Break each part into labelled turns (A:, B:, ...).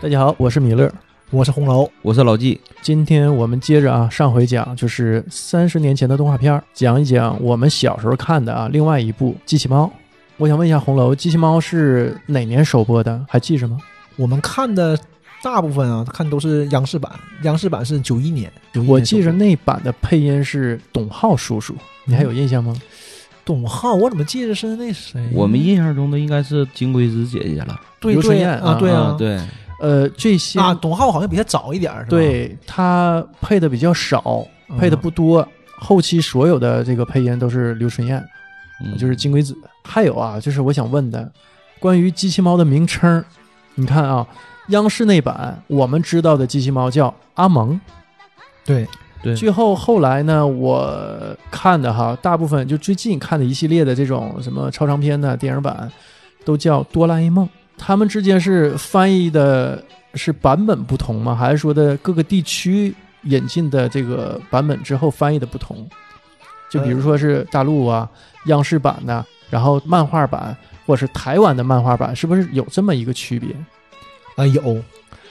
A: 大家好，我是米勒。
B: 我是红楼，
C: 我是老纪，
A: 今天我们接着啊，上回讲就是三十年前的动画片儿，讲一讲我们小时候看的啊，另外一部《机器猫》。我想问一下红楼，《机器猫》是哪年首播的？还记着吗？
B: 我们看的大部分啊，看都是央视版，央视版是九一年，91年
A: 我记着
B: 首
A: 那版的配音是董浩叔叔，你还有印象吗？
B: 播董浩，我怎么记得是那谁？
C: 我们印象中的应该是金龟子姐姐了，
B: 对
A: 刘春
B: 对
A: 燕
B: 啊，
A: 啊
B: 对啊，
C: 对，
A: 呃，这些、
B: 啊，董浩好像比他早一点儿，是吧，
A: 对他配的比较少，
B: 嗯
A: 配的不多。后期所有的这个配音都是刘春燕，
C: 嗯
A: 就是金龟子。还有啊，就是我想问的，关于机器猫的名称儿，你看啊，央视那版我们知道的机器猫叫阿蒙，
B: 对，
C: 对
A: 最后后来呢，我看的哈，大部分就最近看的一系列的这种什么超长篇的电影版，都叫哆啦 A 梦。他们之间是翻译的是版本不同吗？还是说的各个地区引进的这个版本之后翻译的不同？就比如说是大陆啊、央视版的，然后漫画版或者是台湾的漫画版，是不是有这么一个区别？
B: 啊有，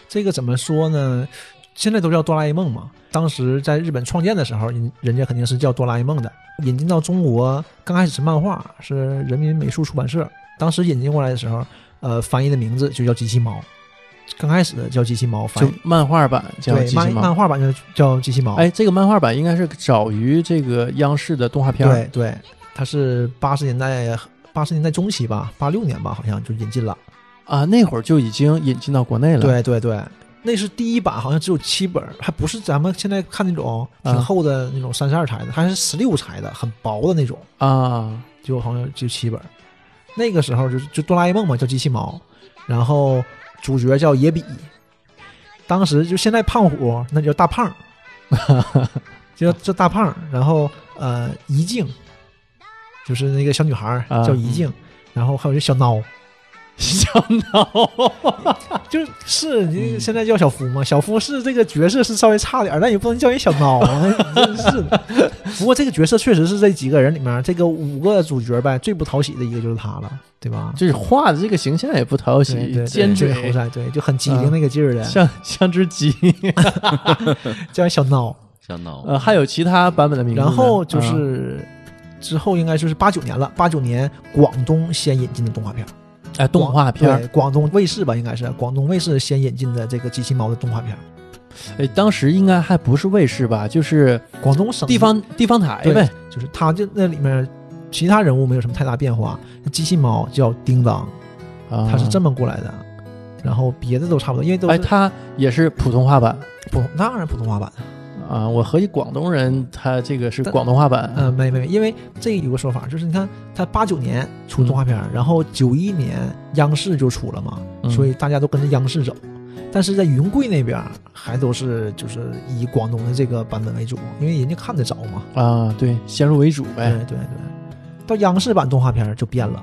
B: 这个怎么说呢？现在都叫哆啦 A 梦嘛，当时在日本创建的时候，人人家肯定是叫哆啦 A 梦的。引进到中国，刚开始是漫画，是人民美术出版社，当时引进过来的时候，呃，翻译的名字就叫机器猫，刚开始叫机器猫，翻
A: 就
B: 译
A: 漫画版叫
B: 对
A: 机器
B: 漫
A: 猫
B: 漫。画版就叫机器猫，
A: 哎，这个漫画版应该是早于这个央视的动画片儿。
B: 对对，它是八十年代八十年代中期吧，八六年吧，好像就引进了。
A: 啊，那会儿就已经引进到国内了。，
B: 对对对，那是第一版，好像只有七本儿，还不是咱们现在看那种呃挺
A: 啊
B: 厚的那种三十二裁的，还是十六裁的，很薄的那种，
A: 啊，
B: 就好像就七本儿。那个时候就是就哆啦 A 梦嘛，叫机器猫，然后主角叫野比，当时就现在胖虎那叫大胖儿， 就叫叫大胖儿，然后呃怡静，就是那个小女孩儿
A: 啊
B: 叫怡静，然后还有这小孬，
A: 小脑
B: 就是是你
C: 嗯
B: 现在叫小夫嘛？小夫是这个角色是稍微差点儿，但也不能叫人小孬啊，真是的。不过这个角色确实是这几个人里面这个五个主角呗，最不讨喜的一个就是他了，对吧？
A: 就是画的这个形象也不讨
B: 对对
A: 喜，
B: 对
A: 尖
B: 这个猴
A: 嘴，嗯
B: 腮，对，就很机灵那个劲儿的，
A: 像像只鸡。
B: 叫人小孬。
C: 相当
A: 呃， 还有其他版本的名字呢。
B: 哦然后就
A: 啊
B: 是之后应该就是八九年了，八九年广东先引进的动画片儿，
A: 哎，动画片儿
B: 对，，广东卫视吧，应该是广东卫视先引进的这个机器猫的动画片儿，
A: 哎，当时应该还不是卫视吧，就是
B: 广东省
A: 地方地方台
B: 对
A: 呗。
B: 就是他就那里面其他人物没有什么太大变化，机器猫叫叮当，
A: 啊，
B: 他是这么过来的，然后别的都差不多，因为都
A: 哎，
B: 是
A: 它也是普通话版
B: 普通，当然普通话版，
A: 啊。我合计广东人他这个是
B: 但
A: 广东话版。
B: 嗯、没没没，因为这有个说法，就是你看他八九年出动画片儿，然后九一年央视就出了嘛，
A: 嗯，
B: 所以大家都跟着央视走。但是在云贵那边儿还都是就是以广东的这个版本为主，因为人家看得早嘛。
A: 啊，对，先入为主呗。
B: 对对对，到央视版动画片儿就变了，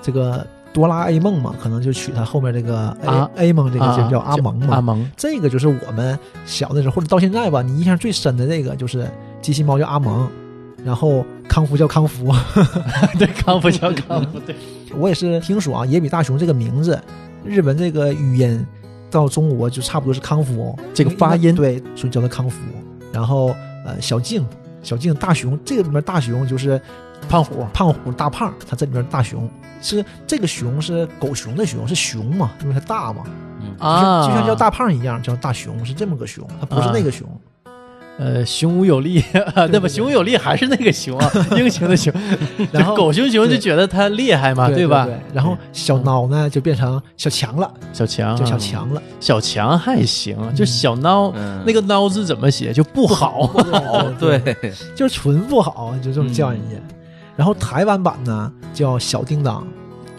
B: 这个哆啦 A 梦嘛，可能就取它后面这个 A、
A: 啊
B: A 梦这个
A: 啊
B: 就叫阿蒙嘛。
A: 阿蒙
B: 这个就是我们小的时候或者到现在吧，你印象最深的这个就是机器猫叫阿蒙，然后康夫叫康夫。
A: 对，康复叫康复，对，
B: 我也是听说啊，野比大雄这个名字，日本这个语音到中国就差不多是康夫，
A: 这个发音
B: 对，所以叫他康夫。然后呃，小静，小静大雄，这个里面大雄就是
A: 胖虎
B: 胖虎大胖，他这里面大熊是这个熊是狗熊的熊，是熊嘛，因为它大嘛，
C: 嗯
A: 啊，
B: 就像叫大胖一样，叫大熊是这么个熊，它不是那个熊。
A: 呃，雄武有力， 那
B: 对
A: 么
B: 对
A: 雄武有力还是那个熊 啊，英雄的雄。
B: 然后
A: 这狗熊熊就
B: 对
A: 觉得他厉害嘛，
B: 对
A: 吧？嗯
B: 对然后小孬呢就变成小强了，
A: 小强啊，
B: 叫小强了，
A: 小强还行，就小孬
B: 哦
C: 嗯
A: 那个孬字怎么写就不好
B: 不
A: 哦
B: 好，
C: 对，
B: 就是纯不好，就这么叫人家。
A: 嗯
B: 然后台湾版呢叫小叮当，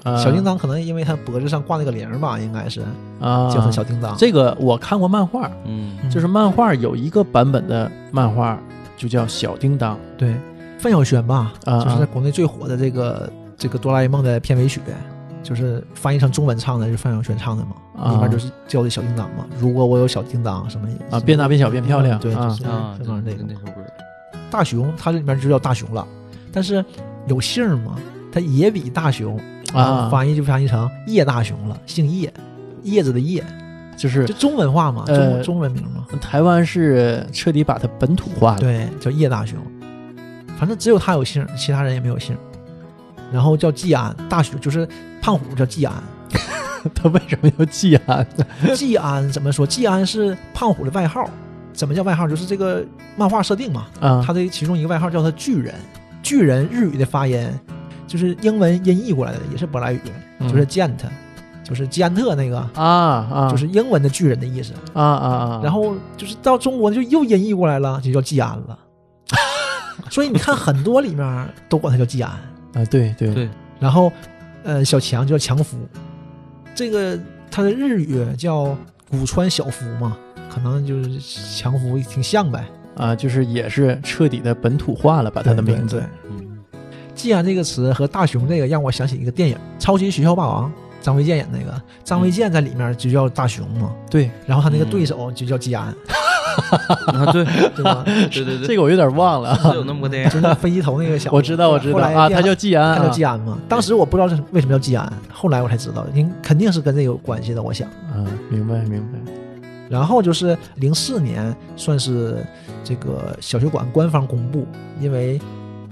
A: 呃
B: 小叮当可能因为他脖子上挂那个铃儿吧，应该是
A: 啊，
B: 叫他小叮当。
A: 这个我看过漫画，
C: 嗯，
B: 嗯
A: 就是漫画有一个版本的漫画就叫小叮当
B: 对范晓萱吧，
A: 啊
B: 就是在国内最火的这个这个哆啦 A 梦的片尾曲，就是翻译成中文唱的，就是范晓萱唱的嘛，
A: 啊
B: 里面就是叫的小叮当嘛。如果我有小叮当什么
A: 啊，变大变小变漂亮
B: 嗯对，就
A: 啊
B: 是
C: 啊，
B: 这玩意儿
C: 那
B: 这
C: 个
B: 个
C: 那首歌，
B: 大熊，它这里面就叫大熊了，但是有姓儿嘛，它也比大熊
A: 啊，
B: 翻译就翻译成叶大熊了，姓叶，叶子的叶，
A: 就是
B: 就中文化嘛，中、
A: 呃
B: 中文名嘛。
A: 台湾是彻底把它本土化了。
B: 对，叫叶大雄，反正只有他有姓，其他人也没有姓。然后叫季安，大雄就是胖虎叫季 安，
A: 他为什么要啊忌安呢？
B: 季安怎么说？季安是胖虎的外号，怎么叫外号？就是这个漫画设定嘛，
A: 啊，
B: 他的其中一个外号叫他巨人。巨人日语的发音就是英文音译过来的，也是舶来语，就是 giant，、就是吉安特那个，
A: 嗯啊啊，
B: 就是英文的巨人的意思。
A: 啊啊啊，
B: 然后就是到中国就又音译过来了，就叫季安了。 所以你看，很多里面都管他叫季安。
A: 啊，对对
C: 对
B: 然后，呃，小强就叫强夫，这个他的日语叫古川小夫嘛，可能就是强夫挺像呗。
A: 啊，就是也是彻底的本土化了，把他的名字
B: 对，对
C: 嗯
B: 季安这个词和大雄这个让我想起一个电影《超级学校霸王》，张卫健演那个，张卫健在里面就叫大雄嘛，
A: 对
B: 然后他那个
C: 嗯
B: 对手就叫季安，
C: 啊， 对
B: 对吧？
C: 对对
A: 这
C: 对，
A: 个我有点忘了，
B: 啊
C: 是有那么个电影
B: 就，是那飞机头那个小子，
A: 我知道我知
B: 后
A: 道
B: 来
A: 啊，
B: 电
A: 他叫季安，
B: 他
A: 啊
B: 叫季安嘛。当时我不知道是为什么叫季安，后来我才知道，应肯定是跟这有关系的，我想。
A: 啊，明白明白，
B: 然后就是零四年，算是这个小学馆官方公布，因为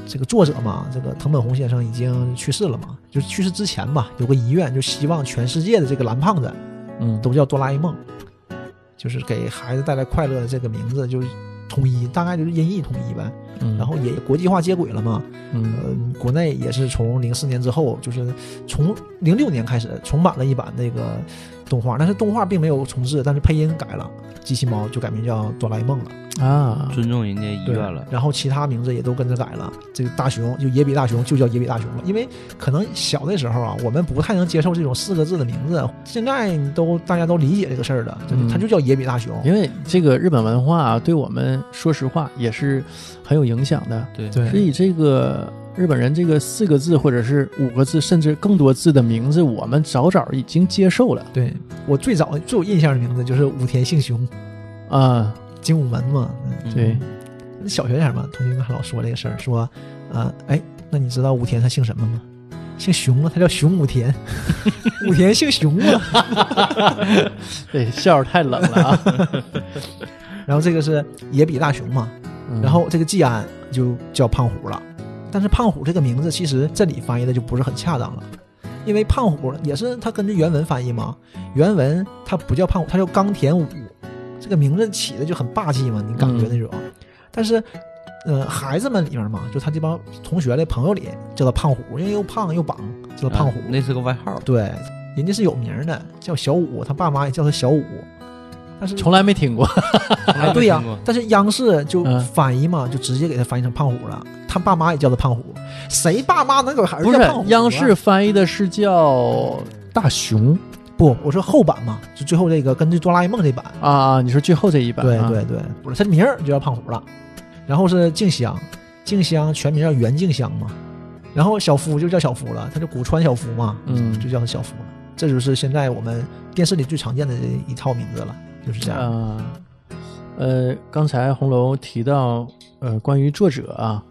B: 这个作者嘛，这个藤本弘先生已经去世了嘛，就是去世之前吧，有个遗愿，就希望全世界的这个蓝胖子
A: 嗯，
B: 都叫哆啦 A 梦，就是给孩子带来快乐的这个名字就是统一，大概就是音译统一呗。
A: 嗯
B: 然后也国际化接轨了嘛，
A: 嗯
B: 呃，国内也是从零四年之后，就是从零六年开始重版了一版那个动画，但是动画并没有重置，但是配音改了，机器猫就改名叫哆啦 A 梦了，
A: 啊，
C: 尊重人家遗愿了。
B: 然后其他名字也都跟着改了，这个大雄就野比大雄就叫野比大雄了，因为可能小的时候啊，我们不太能接受这种四个字的名字，现在你都大家都理解这个事儿了，就
A: 嗯
B: 他就叫野比大雄，
A: 因为这个日本文化啊，对我们说实话也是很有影响的，
C: 对，
A: 所以这个日本人这个四个字或者是五个字甚至更多字的名字，我们早早已经接受了
B: 对我最早最有印象的名字就是武田幸雄，
A: 啊，
B: 精武门嘛，嗯。
C: 嗯
A: 对，
B: 小学点儿嘛，同学们还老说这个事儿，说，啊、哎，那你知道武田他姓什么吗？姓熊啊，他叫熊武田， 武田姓熊啊。
A: 这笑太冷了啊。
B: 然后这个是野比大雄嘛，
A: 嗯
B: 然后这个季安就叫胖虎了。但是胖虎这个名字其实这里翻译的就不是很恰当了，因为胖虎也是他根据原文翻译嘛，原文他不叫胖虎，他叫冈田武，这个名字起的就很霸气嘛，你感
C: 嗯
B: 觉那种。但是，呃，孩子们里面嘛，就他这帮同学的朋友里叫他胖虎，因为又胖又绑，叫他胖虎。
C: 啊那是个外号，
B: 对，人家是有名儿的，叫小五，他爸妈也叫他小五。但是
A: 从来没听过，
B: 哎，对呀、
A: 啊
C: 没听过
B: 但是央视就
A: 嗯
B: 翻译嘛，就直接给他翻译成胖虎了。他爸妈也叫他胖虎，谁爸妈能给孩子
A: 不
B: 叫
A: 是
B: 胖虎啊、
A: 央视翻译的是叫大熊
B: 不，我说后版嘛，就最后这个根据哆啦 A 梦这版，
A: 啊，你说最后这一版
B: 对
A: 啊
B: 对对，不是他名儿就叫胖虎了。然后是静香，静香全名叫袁静香嘛，然后小夫就叫小夫了，他就古川小夫嘛，
A: 嗯
B: 就叫他小夫了。这就是现在我们电视里最常见的一套名字了，就是这样。
A: 啊，呃，刚才红楼提到呃，关于作者啊，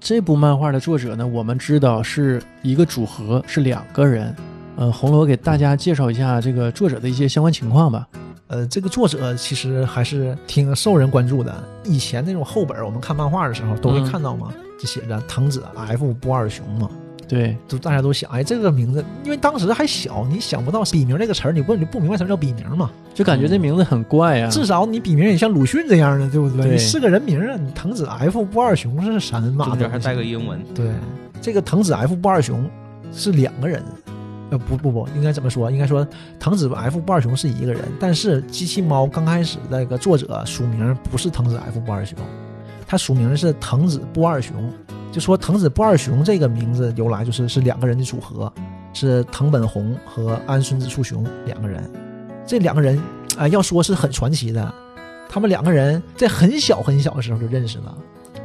A: 这部漫画的作者呢，我们知道是一个组合，是两个人。呃，红楼给大家介绍一下这个作者的一些相关情况吧。
B: 呃，这个作者其实还是挺受人关注的。以前那种厚本儿，我们看漫画的时候都会
A: 嗯
B: 看到嘛，就写着藤子 F 不二雄嘛，
A: 对，
B: 就大家都想，哎，这个名字，因为当时还小，你想不到笔名这个词儿，你不你不明白什么叫笔名嘛。
A: 就感觉
B: 嗯
A: 这名字很怪啊。
B: 至少你笔名也像鲁迅这样的，对不对？
A: 对
B: 你是个人名啊，你藤子 F 不二雄是神马
C: 中
B: 的
C: 间还带个英文，
B: 对，这个藤子 F 不二雄是两个人，呃，不不不，应该怎么说？应该说藤子 F 不二雄是一个人，但是机器猫刚开始那个作者署名不是藤子 F 不二雄，他署名是藤子不二雄，就说藤子不二雄这个名字由来就是是两个人的组合，是藤本弘和安孙子素雄两个人，这两个人啊、要说是很传奇的。他们两个人在很小很小的时候就认识了，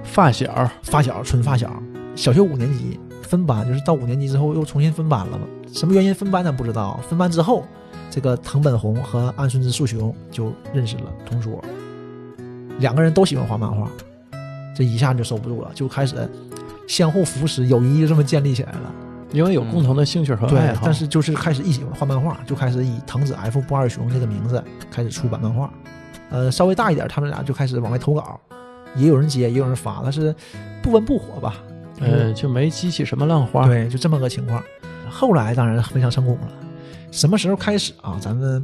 A: 发小，
B: 发小，纯发小，小学五年级分班，就是到五年级之后又重新分班了嘛。什么原因分班咱不知道。分班之后，这个藤本弘和安孙子素雄就认识了，同桌，两个人都喜欢画漫画，这一下就收不住了，就开始相互扶持，友谊就这么建立起来了。
A: 因为有共同的兴趣和
B: 对
A: 爱好，，
B: 但是就是开始一起画漫画，就开始以藤子 F 不二雄这个名字开始出版漫画。呃，稍微大一点，他们俩就开始往外投稿，也有人接，也有人发，但是不温不火吧。就是
A: 呃，就没激起什么浪花。
B: 对，就这么个情况。后来当然非常成功了。什么时候开始啊？咱们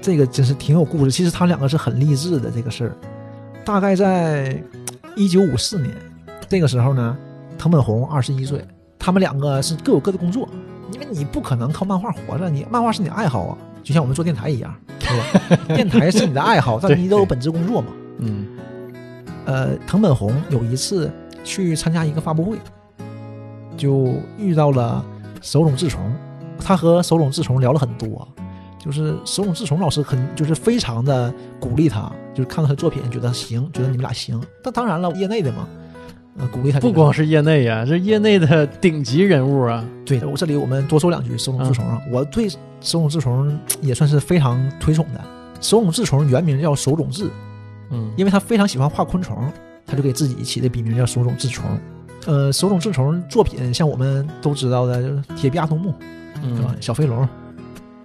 B: 这个真是挺有故事。其实他两个是很励志的这个事儿。大概在一九五四年，这个时候呢，藤本弘二十一岁，他们两个是各有各的工作，因为你不可能靠漫画活着，你漫画是你的爱好啊，就像我们做电台一样，对吧？电台是你的爱好，但你都有本职工作嘛。
A: 嗯
B: 呃，藤本弘有一次去参加一个发布会，就遇到了手冢治虫，他和手冢治虫聊了很多，就是手冢治虫老师很就是非常的鼓励他，就是看到他作品觉得行，觉得你们俩行。但当然了，业内的嘛，呃，鼓励他这
A: 不
B: 个
A: 光是业内呀、这业内的顶级人物啊，
B: 对我这里我们多说两句手冢治虫啊，
A: 嗯
B: 我对手冢治虫也算是非常推崇的。手冢治虫原名叫手冢治，
A: 嗯，
B: 因为他非常喜欢画昆虫，他就给自己起的笔名叫手冢治虫。呃，手冢治虫作品像我们都知道的，就是《铁臂阿童木》是吧？
A: 嗯
B: 小飞龙、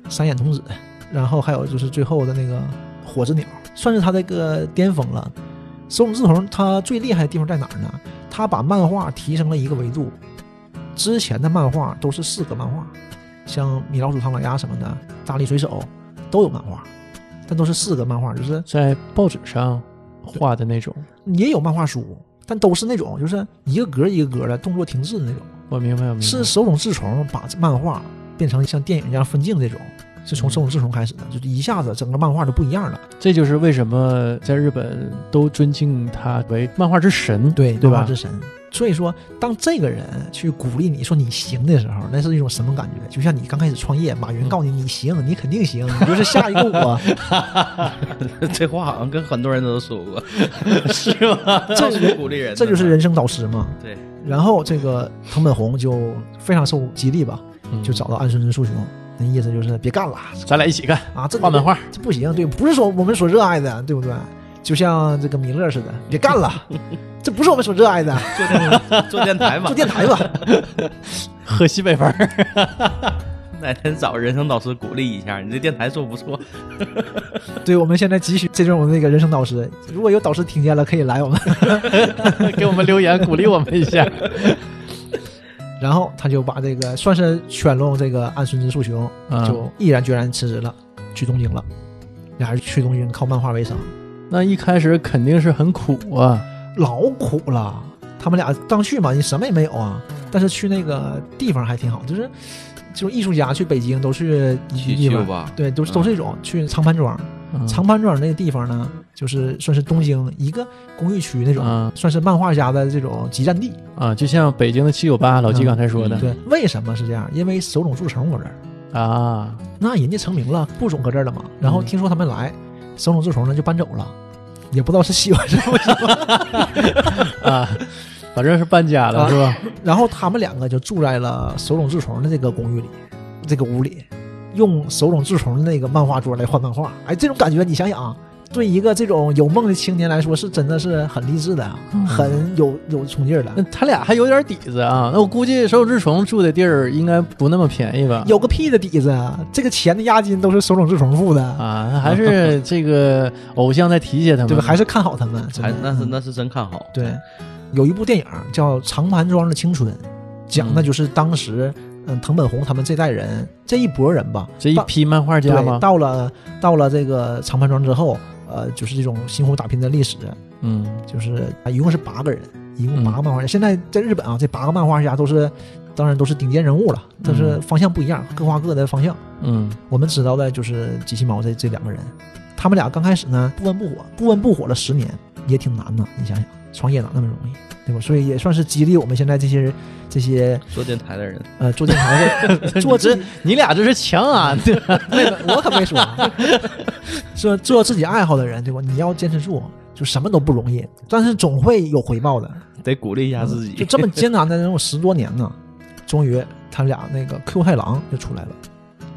B: 三眼童子，然后还有就是最后的那个火之鸟，算是他这个巅峰了。手冢治虫他最厉害的地方在哪儿呢？他把漫画提升了一个维度。之前的漫画都是四格漫画，像《米老鼠唐老鸭》什么的，《大力水手》都有漫画，但都是四格漫画，就是
A: 在报纸上画的那种，
B: 也有漫画书，但都是那种就是一个格一个格的动作停滞的那种。
A: 我明白，我明白，
B: 是手冢治虫把这漫画变成像电影一样分镜这种，是从手冢治虫开始的，就是一下子整个漫画就不一样了。
A: 这就是为什么在日本都尊敬他为漫画之神，
B: 对
A: 对
B: 对
A: 吧
B: 吧？之神。所以说，当这个人去鼓励你说你行的时候，那是一种什么感觉？就像你刚开始创业，马云告诉你你行，你肯定行，你就是下一个我。
C: 这话好像跟很多人都说过，
A: 是吗？
C: 这是鼓励人的，
B: 这 就是人生导师嘛。
C: 对。
B: 然后这个藤本弘就非常受激励吧，就找到安孙子树雄，那意思就是别干了
A: 嗯咱俩一起干
B: 啊，这
A: 画漫画，
B: 这不行，对，不是说我们所热爱的，对不对？就像这个米勒似的，别干了， 这不是我们所热爱的，
C: 做电做电台吧
B: 做，电 台 吧。
A: 喝西北风。
C: 哪天找人生导师鼓励一下，你这电台做不错，
B: 对，我们现在急需这种那个人生导师，如果有导师听见了，可以来我们。
A: 给我们留言鼓励我们一 下。
B: 然后他就把这个算是圈拢这个岸孙之树雄，
A: 嗯
B: 就毅然决然辞职了，去东京了。俩人去东京靠漫画为生，
A: 那一开始肯定是很苦啊，
B: 老苦了。他们俩刚去嘛，你什么也没有啊，但是去那个地方还挺好，就是就是艺术家去北京都去一地方，
C: 吧。
B: 对，都是都是这种去长盘庄。
A: 嗯
B: 长潘庄那个地方呢，就是算是东京一个公寓区那种，
A: 啊
B: 算是漫画家的这种集散地。
A: 啊，就像北京的七九八，老纪刚才说的、
B: 对，为什么是这样？因为手冢治虫搁这儿，
A: 啊，
B: 那人家成名了，不总搁这儿了嘛。然后
A: 嗯
B: 听说他们来，手冢治虫呢就搬走了，也不知道是喜欢什么。
A: 啊，反正是搬家了、
B: 啊
A: 是吧？
B: 然后他们两个就住在了手冢治虫的这个公寓里，这个屋里，用手冢治虫的那个漫画桌来画漫画。哎，这种感觉你想想啊。对一个这种有梦的青年来说，是真的是很励志的啊，
A: 嗯
B: 很有有冲劲儿的。
A: 那他俩还有点底子啊，那我估计手冢治虫住的地儿应该不那么便宜吧？
B: 有个屁的底子啊！这个钱的押金都是手冢治虫付的，
A: 啊，那还是这个偶像在提携他们，
B: 对吧？还是看好他们，真
C: 还
B: 的嗯
C: 那
A: 嗯
C: 是那是真看好，
B: 对。有一部电影叫《长盘庄的青春》，讲的就是当时嗯藤本弘他们这代人这一波人吧，
A: 这一
B: 到
A: 批漫画家
B: 对
A: 吗？
B: 到了到了这个长盘庄之后，呃，就是这种辛苦打拼的历史，
A: 嗯，
B: 就是啊一共是八个人，一共
A: 嗯
B: 八个漫画家。现在在日本啊，这八个漫画家都是当然都是顶尖人物了，但是
A: 嗯
B: 方向不一样，各花各的方向。
A: 嗯
B: 我们知道的就是机器猫这这两个人，他们俩刚开始呢不温不火，不温不火了十年也挺难呢。你想想，创业哪那么容易，对吧？所以也算是激励我们现在这些人，这些
C: 做电台的人，
B: 呃做电台 的做自己，
A: 你俩这是强 啊！
B: 我可没说 啊，说做自己爱好的人，对吧？你要坚持住，就什么都不容易，但是总会有回报的。
C: 得鼓励一下自己。
B: 就这么艰难的那种十多年呢，终于他俩那个 Q 太郎就出来了。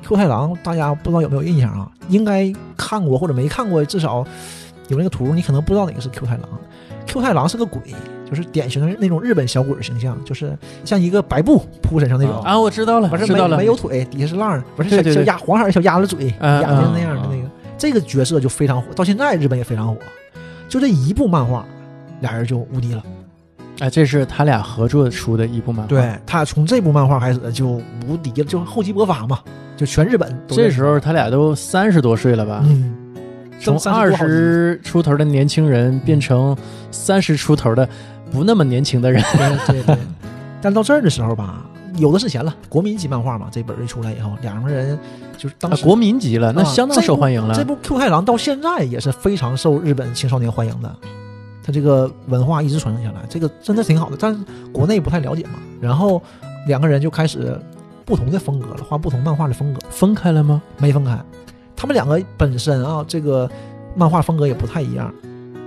B: Q 太郎大家不知道有没有印象啊？应该看过或者没看过，至少有那个图，你可能不知道哪个是 Q 太郎。Q 太郎是个鬼，就是典型的那种日本小鬼儿形象，就是像一个白布铺身上那种，
A: 啊，我知道 了，
B: 完事
A: 知
B: 没
A: 道了
B: 没，有腿，底下是浪儿，完事
A: 对
B: 小
A: 对
B: 小
A: 对
B: 鸭黄色儿小鸭子嘴，
A: 嗯
B: 眼睛那样的那个，这个角色就非常火，到现在日本也非常火，就这一部漫画，俩人就无敌了。
A: 哎，这是他俩合作出的一部漫画。，
B: 对啊他从这部漫画开始就无敌了，就厚积薄发嘛，就全日本都
A: 这
B: 认识
A: 时候啊他俩都三十多岁了吧？
B: 嗯，
A: 从
B: 从
A: 二
B: 30多好几
A: 十出头的年轻人变成三十出头的不那么年轻的人。
B: 对对对。但到这儿的时候吧，有的是钱了。国民级漫画嘛，这本儿一出来以后，两个人就是当
A: 啊
B: 时、
A: 国民级了，那
B: 啊
A: 相当受欢迎了。
B: 这部《Q 太郎》到现在也是非常受日本青少年欢迎的，他这个文化一直传承下来，这个真的挺好的。但是国内不太了解嘛，然后两个人就开始不同的风格了，画不同漫画的风格，
A: 分开了吗？
B: 没分开。他们两个本身啊，这个漫画风格也不太一样。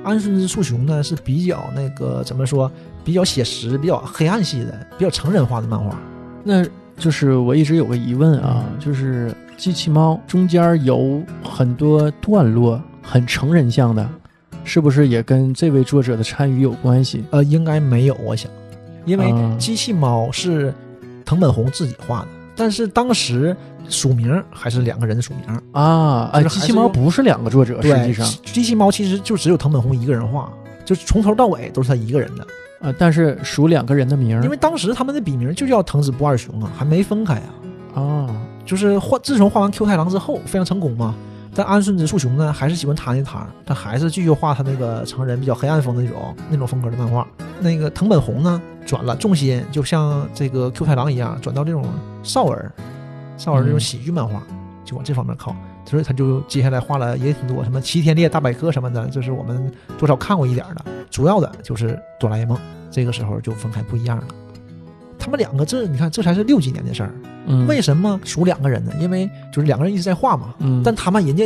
B: 安顺之树雄呢是比较那个怎么说，比较写实、比较黑暗系的、比较成人化的漫画。
A: 那就是我一直有个疑问啊，就是机器猫中间有很多段落很成人向的，是不是也跟这位作者的参与有关系？
B: 呃，应该没有，我想，因为
A: 啊
B: 机器猫是藤本弘自己画的，但是当时署名还是两个人的署名。
A: 啊，哎，
B: 就是
A: 机
B: 还是
A: 器猫不是两个作者，实际
B: 对
A: 上，
B: 机器猫其实就只有藤本弘一个人画，就从头到尾都是他一个人的。
A: 啊，但是数两个人的名儿，
B: 因为当时他们的笔名就叫藤子不二雄啊，还没分开啊。
A: 啊，
B: 就是画，自从画完 Q 太郎之后非常成功嘛。但安顺之树雄呢，还是喜欢他那摊儿，他还是继续画他那个成人比较黑暗风的那种那种风格的漫画。那个藤本弘呢，转了重心，就像这个 Q 太郎一样，转到这种少儿、少儿这种
A: 嗯
B: 喜剧漫画，就往这方面靠。所以他就接下来画了也挺多，什么《齐天烈大百科》什么的，这是我们多少看过一点儿的。主要的就是《哆啦 A 梦》，这个时候就分开不一样了。他们两个这，你看，这才是六几年的事儿。
A: 嗯，
B: 为什么数两个人呢？因为就是两个人一直在画嘛。
A: 嗯，
B: 但他们人家，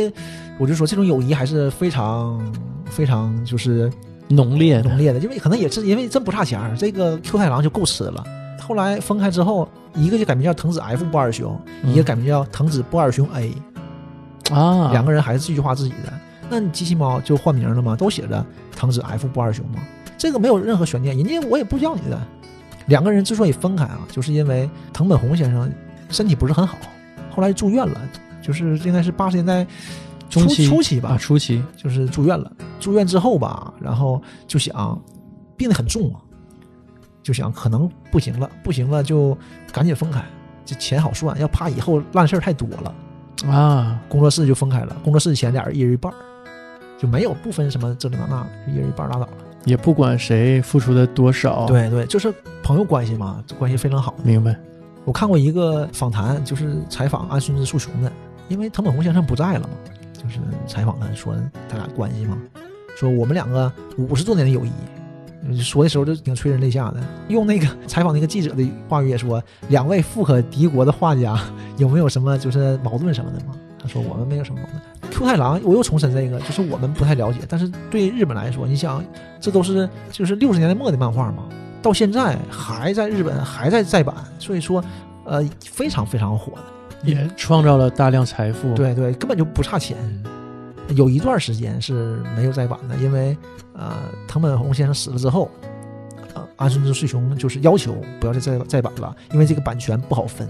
B: 我就说这种友谊还是非常非常就是
A: 浓烈的
B: 浓烈的，因为可能也是因为真不差钱儿，这个 Q 太郎就够吃了。后来分开之后，一个就改名叫藤子 F 不二雄，
A: 嗯
B: 一个改名叫藤子不二雄 A，、
A: 啊，
B: 两个人还是继续画自己的。那你机器猫就换名了吗？都写着藤子 F 不二雄吗？这个没有任何悬念，人家我也不要你的。两个人之所以分开啊，就是因为藤本弘先生身体不是很好，后来住院了，就是应该是八十年代初
A: 中期
B: 初期吧
A: 啊，，初期
B: 就是住院了。住院之后吧，然后就想病得很重啊，就想可能不行了，不行了就赶紧分开，这钱好算，要怕以后烂事儿太多了。
A: 啊，
B: 工作室就分开了，工作室钱俩人一人一半儿，就没有不分什么这里那那的，就一人一半儿拉倒了。
A: 也不管谁付出的多少，，
B: 对对，就是朋友关系嘛，关系非常好。
A: 明白，
B: 我看过一个访谈，就是采访安孙子树雄的，因为藤本弘先生不在了嘛，就是采访他说他俩关系嘛，说我们两个五十多年的友谊。嗯说的时候就挺催人泪下的。用那个采访那个记者的话语也说，两位富可敌国的画家有没有什么就是矛盾什么的吗？他说我们没有什么矛盾。Q 太郎，我又重申这个，就是我们不太了解，但是对日本来说，你想，这都是就是六十年代末的漫画嘛，到现在还在日本还在再版，所以说呃非常非常火的，
A: 也创造了大量财富，，
B: 对对，根本就不差钱。有一段时间是没有再版的，因为呃藤本弘先生死了之后，呃安孙之穗雄就是要求不要再再再版了，因为这个版权不好分。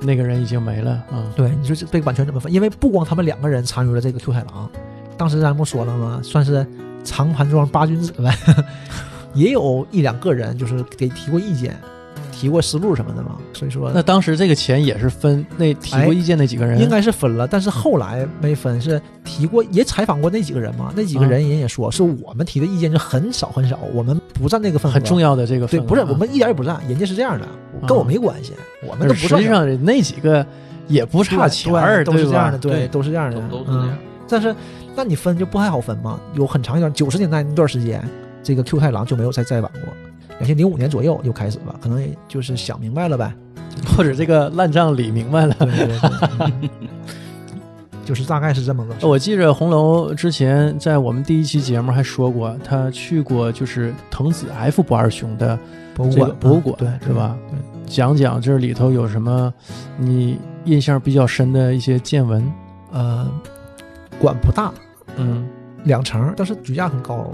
A: 那个人已经没了啊，
B: 对，你说这这个版权怎么分？因为不光他们两个人参与了这个 Q 太郎，当时咱不说了吗？算是长盘庄八君子呗， 也有一两个人就是给提过意见，提过思路什么的嘛。所以说，
A: 那当时这个钱也是分那提过意见那几个人，
B: 哎应该是分了，但是后来没分，是提过也采访过那几个人嘛，那
A: 啊
B: 几个人人也说、是我们提的意见就很少很少，我们不占那个份额，
A: 很重
B: 要。
A: 要的这个
B: 对，
A: 份额
B: 不是
A: 啊
B: 我们一点也不占，人家是这样的，跟我没关系，我们
A: 而
B: 都不
A: 实
B: 占
A: 际上那几个也不差钱儿，
B: 对都是这
A: 吧
B: 样的，
A: 对，
B: 都是这样的，
C: 都都是
B: 嗯
C: 这样。
B: 但是，那你分就不太好分嘛。有很长一段九十年代那段时间，这个 Q 太郎就没有再再版过。两千零五年左右又开始了，可能也就是想明白了呗。
A: 或者这个烂账理明白了。
B: 对对对， 嗯就是大概是这么个事儿。
A: 我记着红楼之前在我们第一期节目还说过，他去过就是藤子 F 不二雄的
B: 博物
A: 这个
B: 馆，
A: 博物馆，
B: 对，
A: 是吧？
B: 对，
A: 讲讲这里头有什么你印象比较深的一些见闻。
B: 呃，馆不大，
A: 嗯
B: 两层，但是举架很高，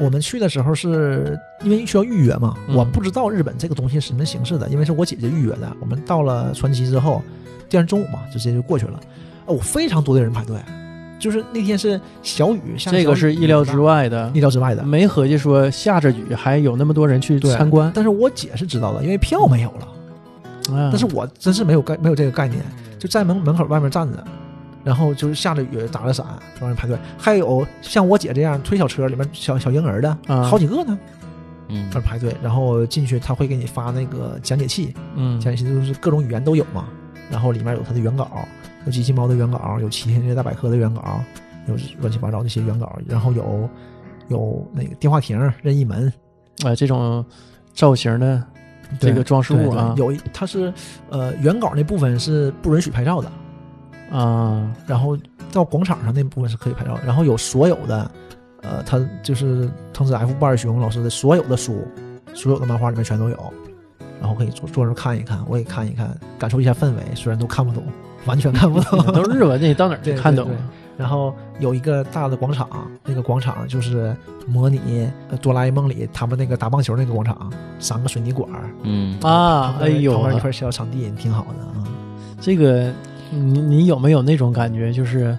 B: 我们去的时候是因为需要预约嘛，
A: 嗯
B: 我不知道日本这个东西是什么形式的，因为是我姐姐预约的。我们到了传奇之后，第二天中午嘛，直接就过去了。哦，我非常多的人排队，就是那天是小雨，下
A: 这个是意料之，外的，
B: 意料之外的。
A: 没合计说下着雨还有那么多人去
B: 对
A: 参观，
B: 但是我姐是知道的，因为票没有了。
A: 啊
B: 但是我真是没有概没有这个概念，
A: 嗯
B: 就在门门口外面站着，然后就是下着雨打着伞，让人排队。还有像我姐这样推小车里面小小婴儿的，
A: 啊
B: 好几个呢，
C: 嗯
B: 在那排队。然后进去他会给你发那个讲解器，
A: 嗯
B: 讲解器就是各种语言都有嘛，然后里面有它的原稿，有机器猫的原稿，有齐天大百科的原稿，有乱七八糟那些原稿，然后有有那个电话亭、任意门，
A: 啊这种造型的这
B: 对
A: 个装饰
B: 对
A: 物
B: 对
A: 啊
B: 有一它是呃原稿那部分是不允许拍照的。
A: 啊
B: 然后到广场上那部分是可以拍照的，然后有所有的，呃，他就是藤子 F 不二雄老师的所有的书，所有的漫画里面全都有，然后可以坐坐那儿看一看，我也看一看，感受一下氛围，虽然都看不懂，完全看不懂。
A: 都是日 文的，你到哪儿去
B: 对
A: 看懂
B: 对
A: 啊？
B: 然后有一个大的广场，那个广场就是模拟呃《哆啦 A 梦》里他们那个打棒球那个广场，三个水泥管儿
C: 嗯
A: 啊哎
B: 旁，边旁边一
A: 呦，
B: 块小场地挺好的啊。
A: 这个你你有没有那种感觉，就是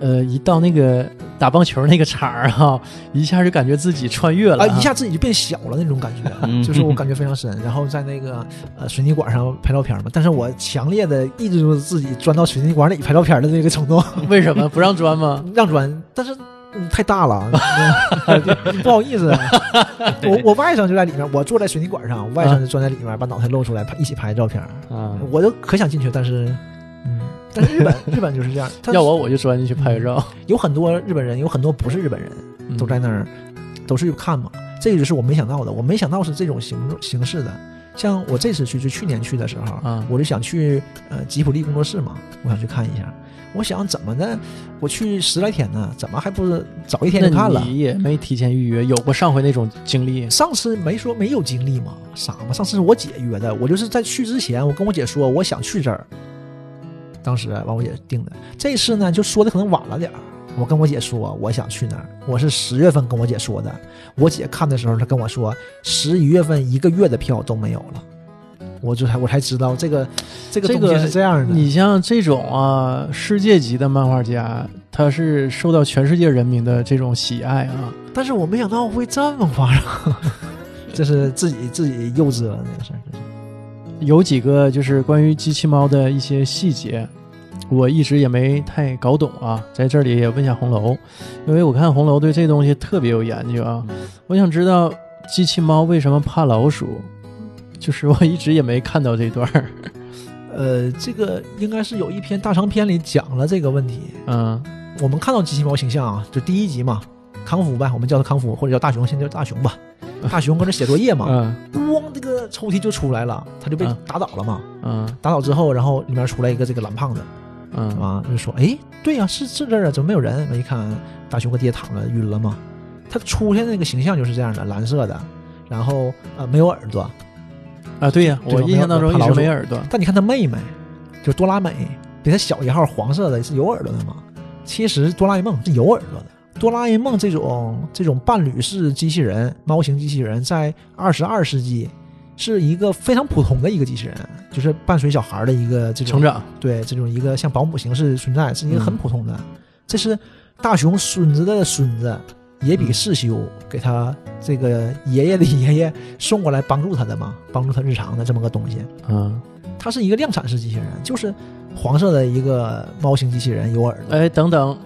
A: 呃，一到那个打棒球那个场儿哈，一下就感觉自己穿越了
B: 啊，一下自己就变小了那种感
C: 嗯
B: 觉，就是我感觉非常深。然后在那个呃水泥管上拍照片嘛，但是我强烈的抑制住自己钻到水泥管里拍照片的这个冲 动，
A: 为什么不让钻 吗？
B: 让钻，但是。嗯太大 了，嗯不好意思，我我外甥就在里面，我坐在水泥管上，我外甥就钻在里面，把脑袋露出来拍一起拍照片，
A: 啊，
B: 我就可想进去，但是，嗯，但是日本日本就是 这样，他
A: 要我我就钻进去拍个照，
B: 有很多日本人，有很多不是日本人，
A: 嗯
B: 都在那儿，都是看嘛。这个就是我没想到的，我没想到是这种形形式的。像我这次去，就去年去的时候，
A: 啊
B: 我就想去呃吉普力工作室嘛，我想去看一下。我想怎么的，我去十来天呢，怎么还不是早一天就看
A: 那
B: 了？
A: 你也没提前预约，有过上回那种经历
B: 上次没说没有经历吗？傻吗？上次是我姐约的，我就是在去之前，我跟我姐说我想去这儿，当时完我姐定的。这次呢，就说的可能晚了点儿。我跟我姐说我想去那儿，我是十月份跟我姐说的。我姐看的时候，她跟我说十一月份一个月的票都没有了，我就才我才知道这个这个
A: 这个
B: 东西是这样的。
A: 你像这种啊，世界级的漫画家，他是受到全世界人民的这种喜爱啊。
B: 但是我没想到会这么夸张， 这是自己自己幼稚了那个事儿。这是
A: 有几个就是关于机器猫的一些细节，我一直也没太搞懂啊，在这里也问一下红楼，因为我看红楼对这东西特别有研究啊，
B: 嗯
A: 我想知道机器猫为什么怕老鼠，就是我一直也没看到这段 儿，
B: 呃，这个应该是有一篇大长篇里讲了这个问题。
A: 嗯
B: 我们看到机器猫形象啊，就第一集嘛，康福呗，我们叫它康福，或者叫大熊，先叫大熊吧。大熊搁那写作业嘛，
A: 嗯
B: 咣，这个抽屉就出来了，他就被
A: 嗯
B: 打倒了嘛。
A: 嗯
B: 打倒之后，然后里面出来一个这个蓝胖子，
A: 嗯
B: 啊，就说，哎，对呀、是是这儿啊，怎么没有人？我一看，大熊搁地下躺着，晕了嘛。他出现那个形象就是这样的，蓝色的，然后呃没有耳朵，
A: 啊，对呀、
B: 这
A: 我
B: 种
A: 印象当中一
B: 怕老
A: 直
B: 鼠
A: 没耳朵，
B: 但你看他妹妹，就是哆啦美，比他小一号，黄色的是有耳朵的嘛？其实哆啦 A 梦是有耳朵的。哆啦 A 梦这种这种伴侣式机器人、猫型机器人，在二十二世纪是一个非常普通的一个机器人，就是伴随小孩的一个这种
A: 成长，嗯
B: 对这种一个像保姆形式存在，是一个很普通的。这是大雄孙子的孙子，也比世修给他这个爷爷的爷爷送过来帮助他的嘛，帮助他日常的这么个东西。
A: 嗯，
B: 它是一个量产式机器人，就是黄色的一个猫型机器人，有耳朵。
A: 哎，等等，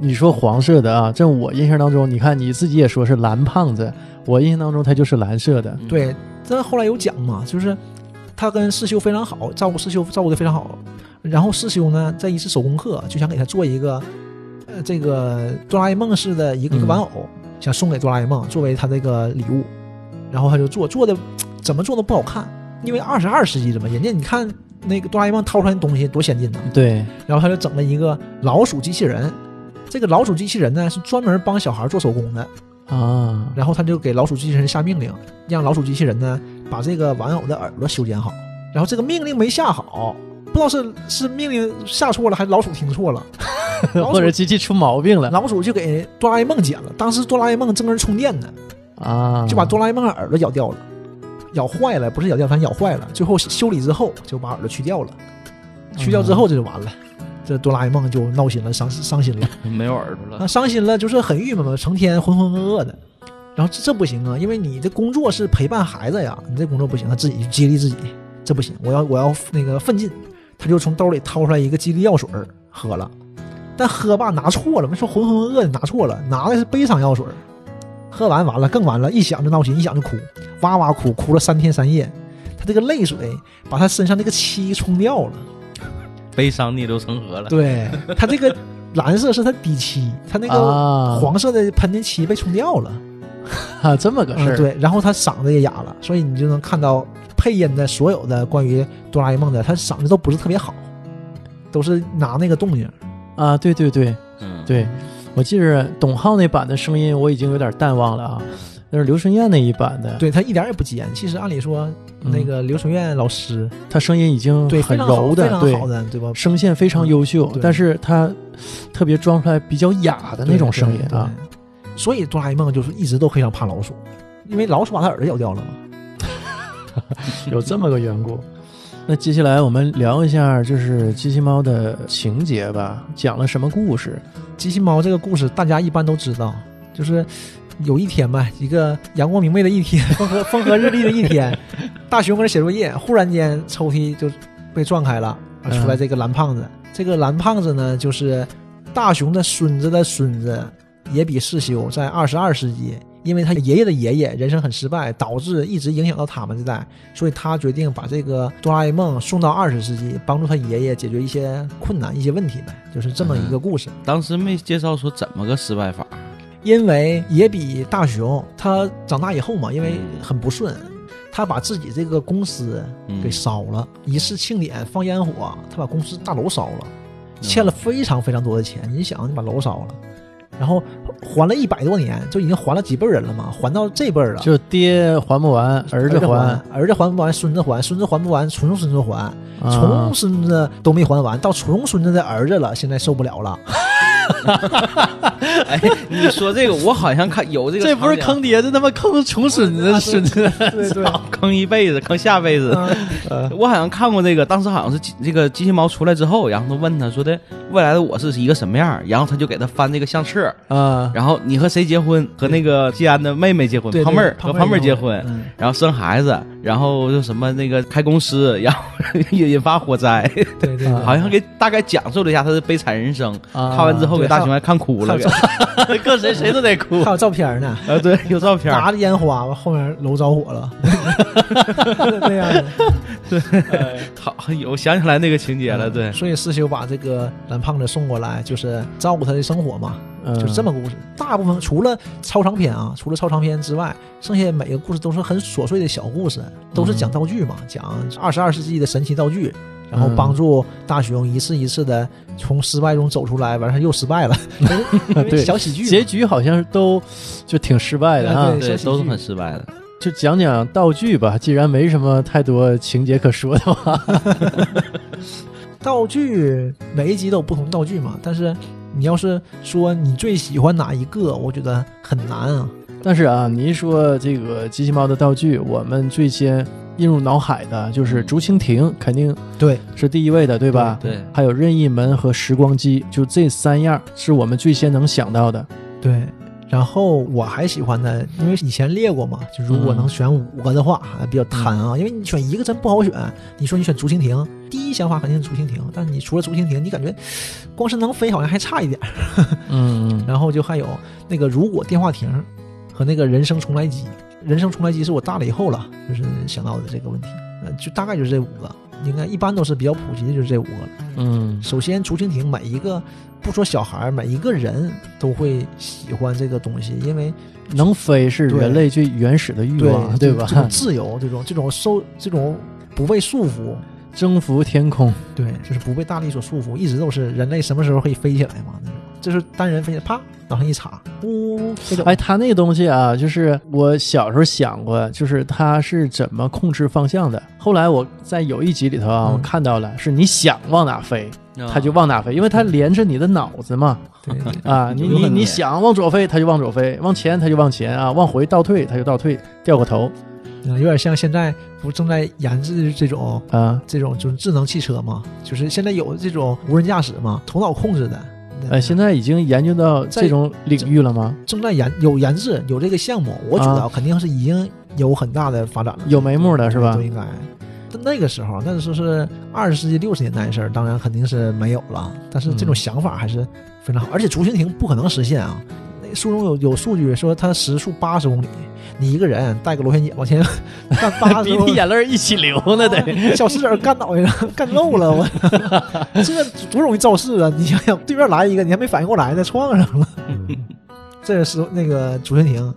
A: 你说黄色的啊？这我印象当中，你看你自己也说是蓝胖子，我印象当中它就是蓝色的。
C: 嗯，
B: 对，但后来有讲嘛，就是他跟世修非常好，照顾世修照顾的非常好。然后世修呢，在一次手工课就想给他做一个，呃，这个哆啦 A 梦式的一个
A: 嗯
B: 一个玩偶，想送给哆啦 A 梦作为他这个礼物。然后他就做，做的怎么做都不好看，因为二十二世纪的嘛，人家你看那个哆啦 A 梦掏出来的东西多先进呢、
A: 对，
B: 然后他就整了一个老鼠机器人。这个老鼠机器人呢是专门帮小孩做手工的，
A: 啊，
B: 然后他就给老鼠机器人下命令，让老鼠机器人呢把这个玩偶的耳朵修剪好。然后这个命令没下好，不知道是是命令下错了还是老鼠听错了， 老鼠
A: 或者机器出毛病了
B: 老鼠就给哆啦 A 梦剪了。当时哆啦 A 梦正跟人充电呢，
A: 啊，
B: 就把哆啦 A 梦的耳朵咬掉了，咬坏了，不是咬掉，反正咬坏了。最后修理之后就把耳朵去掉了，去掉之后这就完了。这哆啦 A 梦就闹心了，伤伤心了。
C: 嗯没有耳朵了
B: 那。伤心了就是很郁闷嘛，成天浑浑噩噩的。然后这这不行啊，因为你的工作是陪伴孩子呀，你这工作不行，他自己去激励自己，这不行，我要我要那个奋进。他就从兜里掏出来一个激励药水儿喝了，但喝吧拿错了，没说浑浑噩噩拿错了，拿的是悲伤药水儿。喝完完了更完了，一想就闹心，一想就哭，哇哇哭，哭了三天三夜。他这个泪水把他身上那个漆冲掉了。
C: 悲伤逆流成河了。
B: 对它这个蓝色是它底漆，它那个
A: 啊
B: 黄色的喷的漆被冲掉了，
A: 啊这么个事
B: 嗯
A: 儿，
B: 对，然后他嗓子也哑了，所以你就能看到配音的所有的关于哆啦 A 梦的，他嗓子都不是特别好，都是拿那个动静。
A: 啊，对对对
C: 嗯，
A: 对，我记着董浩那版的声音我已经有点淡忘了啊，那是刘春燕那一版的，
B: 对他一点也不尖，其实按理说
A: 嗯
B: 那个刘纯燕老师
A: 他声音已经
B: 对
A: 嗯很
B: 非常好
A: 柔
B: 非
A: 的，
B: 常
A: 对
B: 好，的，对吧？
A: 声线非常优秀
B: 嗯，对
A: 但是他特别装出来比较哑的那种声音
B: 对
A: 啊，。
B: 对对所以哆啦 A 梦就是一直都非常怕老鼠，因为老鼠把他耳朵咬掉了嘛。
A: 有这么个缘故。那接下来我们聊一下，就是机器猫的情节吧，讲了什么故事？
B: 机器猫这个故事大家一般都知道，就是有一天吧，一个阳光明媚的一天，风和风和日丽的一天，大熊搁那写作业，忽然间抽屉就被撞开了，啊出来这个蓝胖子。这个蓝胖子呢，就是大熊的孙子的孙子，也比世修在二十二世纪。因为他爷爷的爷爷人生很失败，导致一直影响到他们这代，所以他决定把这个哆啦 A 梦送到二十世纪，帮助他爷爷解决一些困难、一些问题呗，就是这么一个故事。
C: 当时没介绍说怎么个失败法，
B: 因为也比大雄他长大以后嘛，因为很不顺，他把自己这个公司
C: 嗯
B: 给烧了，一次庆典放烟火，他把公司大楼烧了，欠了非常非常多的钱。你想，你把楼烧了，然后还了一百多年，就已经还了几辈人了嘛，还到这辈儿了。
A: 就爹还不完，啊儿子
B: 子还
A: 还，，
B: 儿子还不完，孙子还，孙子还不完，重孙子还，
A: 啊
B: 重孙子都没还完，到重孙子的儿子了，现在受不了了。
C: 哎，你说这个，我好像看有这个，啊
A: 这不是坑，爹，这他妈坑重孙子孙子。
B: 对 对，
C: 坑一辈子，坑下辈子。
A: 啊
C: 我好像看过这个，当时好像是机这个机器猫出来之后，然后他问他说的未来的我是一个什么样儿，然后他就给他翻这个相册，
A: 啊，
C: 然后你和谁结婚？和那个季安的妹妹结婚，
B: 对对
C: 胖妹儿
B: 胖
C: 和
B: 妹儿
C: 胖妹儿
B: 结
C: 结
B: 婚
C: 婚，
B: 嗯
C: 然后生孩子，然后就什么那个开公司，然后引引发火灾，
B: 对对对，
C: 好像给大概讲述了一下他的悲惨人生。
A: 啊
C: 看完之后给大熊还看哭了，
B: 还有
C: 给
A: 搁谁谁都得哭
B: 还有照片呢，
C: 啊对，有照片儿，
B: 拿着烟花，后面楼着火 了，那样的
C: 好有想起来那个情节了，对，
B: 所以师兄把这个蓝胖子送过来，就是照顾他的生活嘛，
A: 嗯
C: 嗯
B: 就这么个故事。大部分除了超长篇啊，除了超长篇之外，剩下每个故事都是很琐碎的小故事，都是讲
C: 嗯
B: 道具嘛，讲二十二世纪的神奇道具。然
C: 嗯
B: 后帮助大熊一次一次的从失败中走出来，完事儿又失 败了，因为
A: 对
B: 小喜剧嘛
A: 结局好像都就挺失败的
B: 啊
A: 啊
B: 对。小
C: 对，
B: 喜
C: 都是
B: 剧
C: 很失败的。
A: 就讲讲道具吧，既然没什么太多情节可说的话，
B: 道具每一集都有不同道具嘛，但是你要是说你最喜欢哪一个，我觉得很难啊。
A: 但是啊，你一说这个机器猫的道具，我们最先映入脑海的就是竹蜻蜓，肯定
B: 对，
A: 是第一位的，对吧？
C: 对，
A: 还有任意门和时光机，就这三样是我们最先能想到的。
B: 对，然后我还喜欢的，因为以前列过嘛，就如果能选五个的话，还比较贪啊，因为你选一个真不好选。你说你选竹蜻蜓，第一想法肯定是竹蜻蜓，但你除了竹蜻蜓，你感觉光是能飞好像还差一点儿。
A: 嗯，
B: 然后就还有那个如果电话亭和那个人生重来机，人生重来机是我大了以后了，就是想到的这个问题，呃，就大概就是这五个，应该一般都是比较普及的，就是这五个了。
A: 嗯
B: 首先，竹蜻蜓每一个不说小孩儿，每一个人都会喜欢这个东西，因为
A: 能飞是
B: 对
A: 人类最原始的欲
B: 对
A: 望，
B: 这
A: 对
B: 这种
A: 吧？
B: 自由，这种这种受这种不被束缚，
A: 征服天空，
B: 对，就是不被大力所束缚，一直都是人类什么时候可以飞起来嘛那种。就是单人飞，啪往上一插，呜，这种
A: 哎，它那个东西啊，就是我小时候想过，就是它是怎么控制方向的。后来我在有一集里头啊，
B: 嗯
A: 我看到了，是你想往哪飞，它嗯就
C: 忘。
A: 往哪飞，因为它连着你的脑子嘛。
B: 对对
A: 啊，你
C: 有
A: 你
C: 很
A: 你
C: 多
A: 想往左飞，它就往左飞；往前，它就往前啊；往回倒退，它就倒退，掉个头
B: 嗯有点像现在不正在研制这种
A: 啊。
B: 这种就是智能汽车嘛，就是现在有这种无人驾驶嘛，头脑控制的。
A: 呃，现在已经研究到这种领域了吗？
B: 正在研有研制有这个项目，我觉得肯定是已经有很大的发展了，嗯
A: 有眉目了啊是吧
B: 都？应该。但那个时候，那时候是二十世纪六十年代的事儿，当然肯定是没有了。但是这种
A: 嗯
B: 想法还是非常好，而且竹蜻蜓不可能实现啊。那书中有有数据说它时速八十公里，你一个人带个螺旋桨往前 干八十
A: 鼻
B: 公
A: 涕
B: 里，
A: 眼泪一 起流呢，得。
B: 小石子儿干脑袋上， 干漏了，我这多容易肇事啊！你想想，对面来一个，你还没反应过来呢，撞上了。 这个是那个竹蜻蜓，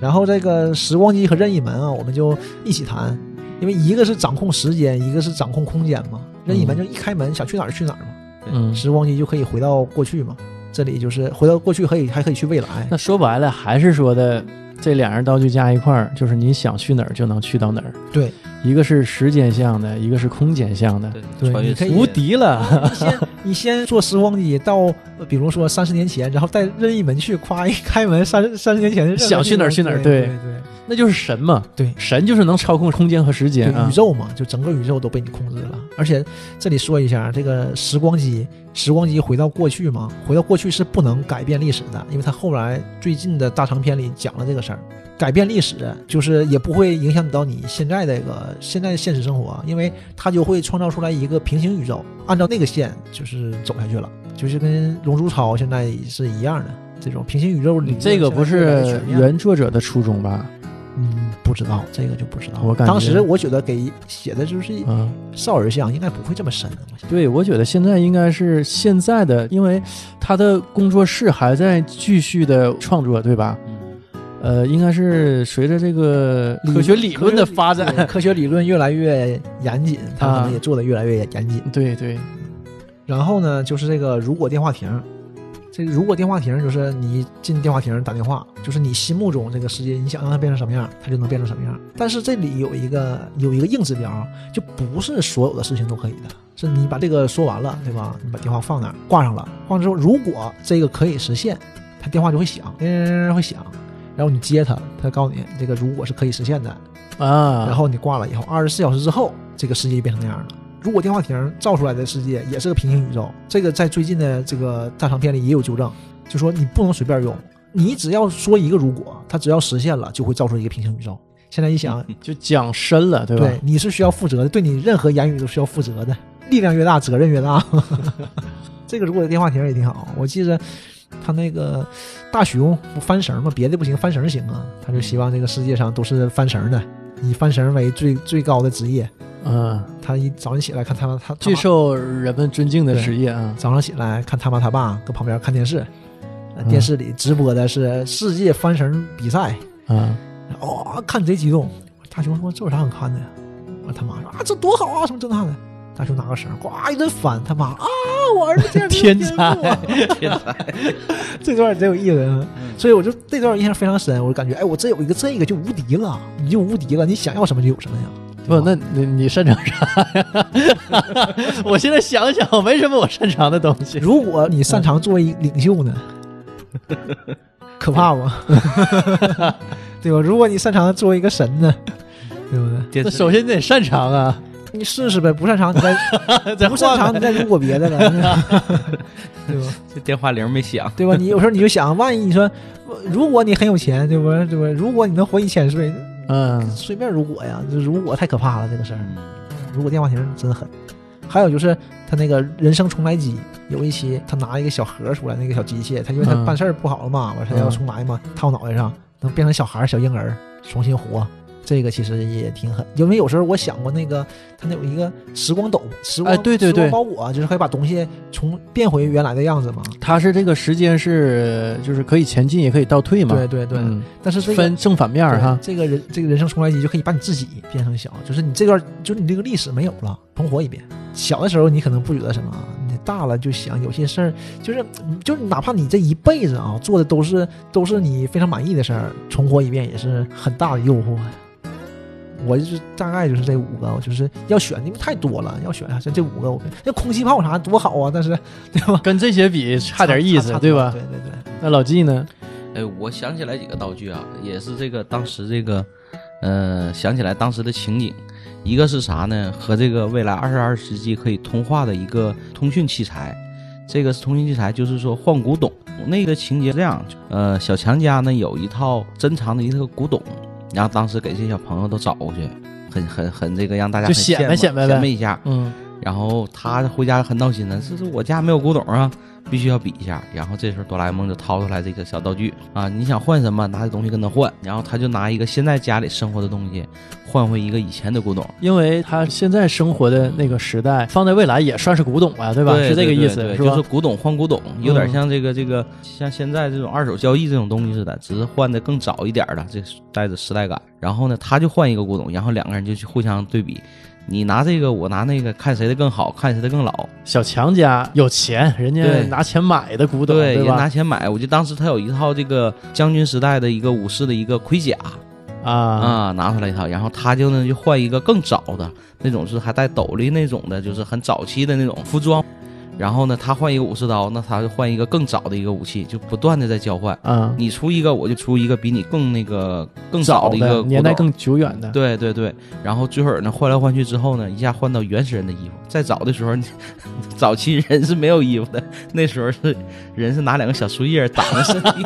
B: 然后这个时光机和任意门啊，我们就一起谈，因为一个是掌控时间，一个是掌控空间嘛。任意门就一开门，想去哪儿去哪儿嘛。
A: 嗯，
B: 时光机就可以回到过去嘛。这里就是回到过去，可以还可以去未来。
A: 那说白了还是说的这两样道具加一块儿，就是你想去哪儿就能去到哪儿。
B: 对，
A: 一个是时间向的，一个是空间向的，
B: 对
C: 对，穿越
B: 你可以
C: 时间
A: 无敌了。
B: 你 先你先坐时光机到，呃比如说三十年前，然后带任意门去，夸一开门，三十三十年前的任何
A: 想去哪儿
B: 地方
A: 去哪儿
B: 对
A: 对
B: 对
A: 那就是神嘛，
B: 对
A: 神就是能操控空间和时
B: 对
A: 间啊
B: 宇。宙嘛，就整个宇宙都被你控制了。而且这里说一下，这个时光机，时光机回到过去嘛，回到过去是不能改变历史的，因为它后来最近的大长篇里讲了这个事儿。改变历史就是也不会影响到你现在这个现在现实生活，因为它就会创造出来一个平行宇宙，按照那个线就是走下去了，就是跟《龙珠超》现在是一样的这种平行宇宙理论
A: 这个不
B: 现在越来越
A: 是
B: 全面了
A: 原作者的初衷吧？
B: 嗯不知道这个就不知道了。
A: 我感觉
B: 当时我觉得给写的就是
A: 啊，
B: 少儿像应该不会这么深啊的，我想
A: 对，我觉得现在应该是现在的，因为他的工作室还在继续的创作，对吧？
C: 嗯
A: 呃，应该是随着这个科学理论的发展，啊
B: 对科学理论越来越严谨，他可能也做的越来越严谨。
A: 对对，
B: 然后呢，就是这个如果电话亭，这个如果电话亭就是你进电话亭打电话，就是你心目中这个世界，你想让它变成什么样，它就能变成什么样。但是这里有一个有一个硬指标，就不是所有的事情都可以的。是你把这个说完了，对吧？你把电话放那儿，挂上了，挂上之后，如果这个可以实现，它电话就会响，嗯，会响，然后你接它，它告诉你这个如果是可以实现的，
A: 啊，
B: 然后你挂了以后，二十四小时之后，这个世界就变成那样了。如果电话亭造出来的世界也是个平行宇宙，这个在最近的这个大长篇里也有纠正，就说你不能随便用，你只要说一个如果，它只要实现了，就会造出一个平行宇宙。现在一想，
A: 就讲深了，对吧？
B: 对，你是需要负责的，对你任何言语都需要负责的，力量越大，责任越大。 这个如果电话亭也挺好，我记着他那个大熊不翻绳吗？别的不行，翻绳行啊。他就希望这个世界上都是翻绳的，以翻绳为最最高的职业。
A: 嗯，
B: 他一早上起来看他妈他他
A: 最
B: 妈
A: 受人们尊敬的职业啊，
B: 早上起来看他妈他爸搁旁边看电视，呃电视里直播的是世界翻绳比赛，
A: 啊，
B: 哦，看贼激动。大熊说：“这有啥好看的呀？”我他妈说：“啊，这多好啊，什么这那的。”大熊拿个绳，呱一顿翻，他妈啊，我儿子这样
A: 天
B: 赋
A: 才
B: 啊这段真有意思啊，
A: 嗯
B: 所以我就这段印象非常深，我就感觉哎，我这有一个这个就无敌了，你就无敌了，你想要什么就有什么呀。
A: 不，那你你擅长啥 呀？我现在想想，没什么我擅长的东 西。
B: 如果你擅长作为领 袖呢，可怕吗？ 对吧？如果你擅长作为一个神呢，对不对？
C: 电
A: 那
C: 视
A: 首先你得擅长啊，
B: 你试试呗，不擅长你再
A: 再
B: 不擅
A: 换
B: 长你
A: 呗。
B: 再如果别的了，对吧？
C: 这电话铃没响，
B: 对吧？你有时候你就想，万一你说，呃如果你很有钱，对吧？对吧？如果你能活一千岁，
A: 嗯，
B: 随便如果呀，就如果太可怕了，这个事儿。
C: 嗯
B: 如果电话亭真狠。还有就是他那个人生重来机，有一期他拿一个小盒出来，那个小机械，他因为他
A: 嗯
B: 办事儿不好了嘛，完、他要重来嘛，套脑袋上能变成小孩儿、小婴儿重新活，这个其实也挺狠。因为有时候我想过那个他那有一个时光斗，时光、
A: 哎对对对
B: 时光包裹就是可以把东西重变回原来的样子嘛。
A: 它是这个时间是就是可以前进也可以倒退嘛。
B: 对对对，
A: 嗯
B: 但是这个
A: 分正反面儿
B: 对
A: 哈。
B: 这个人这个人生重来机就可以把你自己变成小，就是你这段就是你这个历史没有了，重活一遍。小的时候你可能不觉得什么，你大了就想有些事儿，就是就是哪怕你这一辈子啊做的都是都是你非常满意的事儿，重活一遍也是很大的诱惑。啊我就是大概就是这五个，我就是要选，因为太多了，要选啊这这五个我跟那空气炮啥多好啊，但是对吧？
A: 跟这些比差点意思，
B: 对
A: 吧？
B: 对对对。
A: 那老纪呢？
C: 哎，我想起来几个道具啊，也是这个当时这个，呃，想起来当时的情景，一个是啥呢？和这个未来二十二世纪可以通话的一个通讯器材，这个是通讯器材，就是说换古董。那个情节这样，呃，小强家呢有一套珍藏的一个古董，然后当时给这些小朋友都找过去，很很很这个让大家
A: 就
C: 很
A: 显摆
C: 羡慕
A: 显摆呗
C: 显摆一下，
A: 嗯，
C: 然后他回家很闹心的，这是我家没有古董啊，必须要比一下。然后这时候哆啦 A 梦就掏出来这个小道具啊，你想换什么，拿这东西跟他换。然后他就拿一个现在家里生活的东西，换回一个以前的古董，
A: 因为他现在生活的那个时代，放在未来也算是古董啊，对吧？
C: 对
A: 是这个意
C: 对
A: 思，
C: 对
A: 是
C: 就是
A: 吧？嗯
C: 古董换古董，有点像这个这个像现在这种二手交易这种东西似的，只是换的更早一点的，这带着时代感。然后呢，他就换一个古董，然后两个人就去互相对比，你拿这个，我拿那个，看谁的更好，看谁的更老。
A: 小强家有钱，人家
C: 对
A: 拿钱买的古董，
C: 对，也拿
A: 吧？
C: 钱买。我记得当时他有一套这个将军时代的一个武士的一个盔甲
A: 啊，
C: 啊、拿出来一套，然后他就呢就换一个更早的那种，是还带斗笠那种的，就是很早期的那种服装。然后呢，他换一个武士刀，那他就换一个更早的一个武器，就不断的在交换。
A: 啊，
C: 你出一个，我就出一个比你更那个更
A: 早
C: 早的一个古
A: 年代
C: 董
A: 更久远的，
C: 对对对，然后最后呢换来换去之后呢，一下换到原始人的衣服。再早的时候，你 早期人是没有衣服的，那时候是人是拿两个小树叶挡着身体，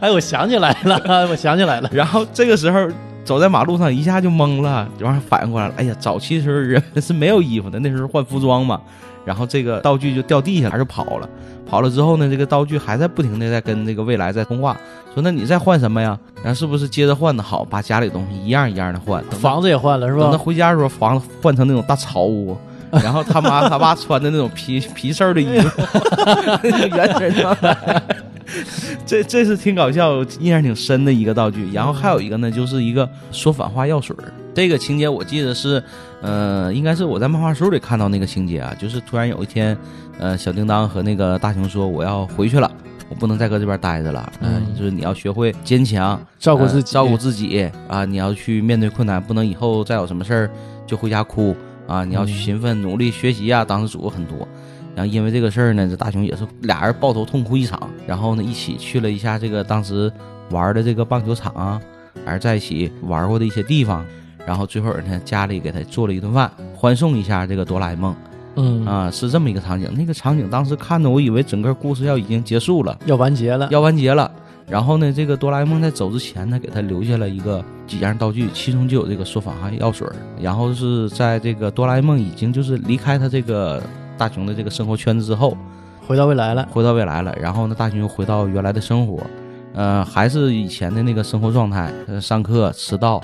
A: 哎，我想起来了， 我想起来了，
C: 然后这个时候走在马路上一下就懵了，然后反应过来了，哎呀，早期的时候人是没有衣服的，那时候换服装嘛，然后这个道具就掉地下，还是跑了。跑了之后呢，这个道具还在不停的在跟这个未来在通话，说那你再换什么呀？然后是不是接着换的好，把家里东西一样一样的换，等到
A: 房子也换了，是
C: 等他
A: 吧？
C: 回家的时候，房子换成那种大草屋，然后 他妈他爸穿的那种皮皮事儿的衣服， 那种原始人 状态。这这是挺搞笑，印象挺深的一个道具。然后还有一个呢，就是一个说反话药水儿。这个情节我记得是，呃，应该是我在漫画书里看到那个情节啊，就是突然有一天，呃，小叮当和那个大雄说我要回去了，我不能再搁这边待着了，嗯、
A: 嗯
C: 就是你要学会坚强，
A: 照顾自己，
C: 呃照顾自己啊！你要去面对困难，不能以后再有什么事儿就回家哭啊！你要去
A: 嗯
C: 勤奋努力学习啊！当时嘱咐很多，然后因为这个事儿呢，这大雄也是俩人抱头痛哭一场，然后呢一起去了一下这个当时玩的这个棒球场啊，俩人在一起玩过的一些地方，然后最后呢家里给他做了一顿饭，欢送一下这个哆啦 A 梦
A: 嗯，
C: 啊，是这么一个场景。那个场景当时看的我以为整个故事要已经结束了。
A: 要完 结了，
C: 要完结了。然后呢，这个哆啦 A 梦在走之前呢，给他留下了一个几样道具，其中就有这个说反话药水儿。然后是在这个哆啦 A 梦已经就是离开他这个大雄的这个生活圈子之后，
A: 回到未来了，
C: 回到未来了。然后呢，大雄又回到原来的生活，呃，还是以前的那个生活状态，呃，上课迟到，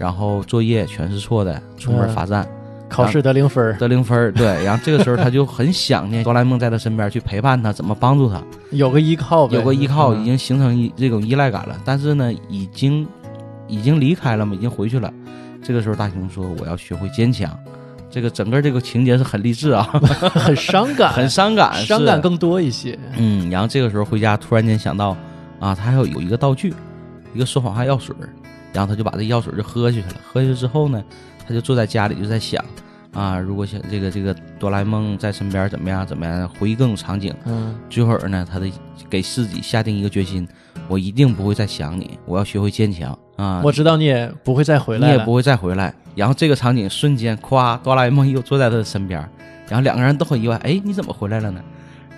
C: 然后作业全是错的，出门罚站。
A: 考试得零分儿，
C: 得零分儿，对，然后这个时候他就很想念哆啦 A 梦在他身边去陪伴他，怎么帮助他，
A: 有个依靠呗，
C: 有个依靠，
A: 嗯
C: 已经形成一这种依赖感了。但是呢，已经已经离开了嘛，已经回去了。这个时候，大雄说：“我要学会坚强。”这个整个这个情节是很励志啊，
A: 很伤感，
C: 很伤感，是
A: 伤感更多一些，
C: 嗯。然后这个时候回家，突然间想到啊，他还有有一个道具，一个说谎话药水儿，然后他就把这药水儿就喝下去了。喝下去之后呢，他就坐在家里就在想啊，如果想这个这个哆啦 A 梦在身边怎么样怎么样，回忆各种场景。
A: 嗯，
C: 最后呢，他的给自己下定一个决心，我一定不会再想你，我要学会坚强啊！
A: 我知道你也不会再回
C: 你
A: 来
C: 也
A: 了
C: 不，会再回来。然后这个场景瞬间，咵，哆啦 A 梦又坐在他的身边，然后两个人都很意外，哎，你怎么回来了呢？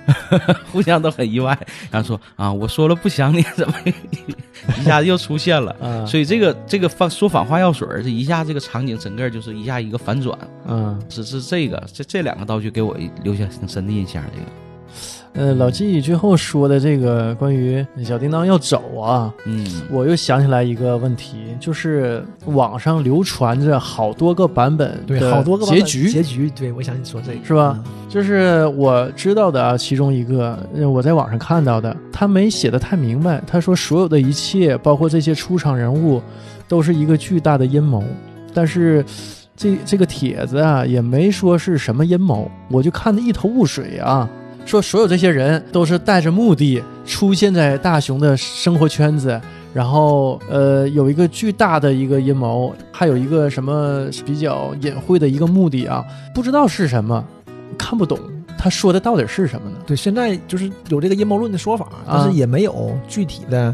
C: 互相都很意外，然后说啊，我说了不想你，怎么 一下子又出 现了？
A: 嗯
C: 所以这个这个放说反话药水儿，这一下这个场景整个就是一下一个反转，
A: 嗯。
C: 是是这个这这两个道具给我留下挺深的印象。这个
A: 呃，老纪最后说的这个关于小叮当要走啊，
C: 嗯
A: 我又想起来一个问题，就是网上流传着好多个版本
B: 对，
A: 的
B: 好多个版
A: 结
B: 本
A: 局，
B: 结局，对我想你说这个嗯
A: 是吧？就是我知道的啊，其中一个呃我在网上看到的，他没写的太明白。他说所有的一切，包括这些出场人物，都是一个巨大的阴谋。但是这这个帖子啊，也没说是什么阴谋，我就看得一头雾水啊。说所有这些人都是带着目的出现在大雄的生活圈子，然后呃有一个巨大的一个阴谋，还有一个什么比较隐晦的一个目的啊，不知道是什么，看不懂他说的到底是什么呢？
B: 对，现在就是有这个阴谋论的说法，但
A: 啊
B: 是也没有具体的。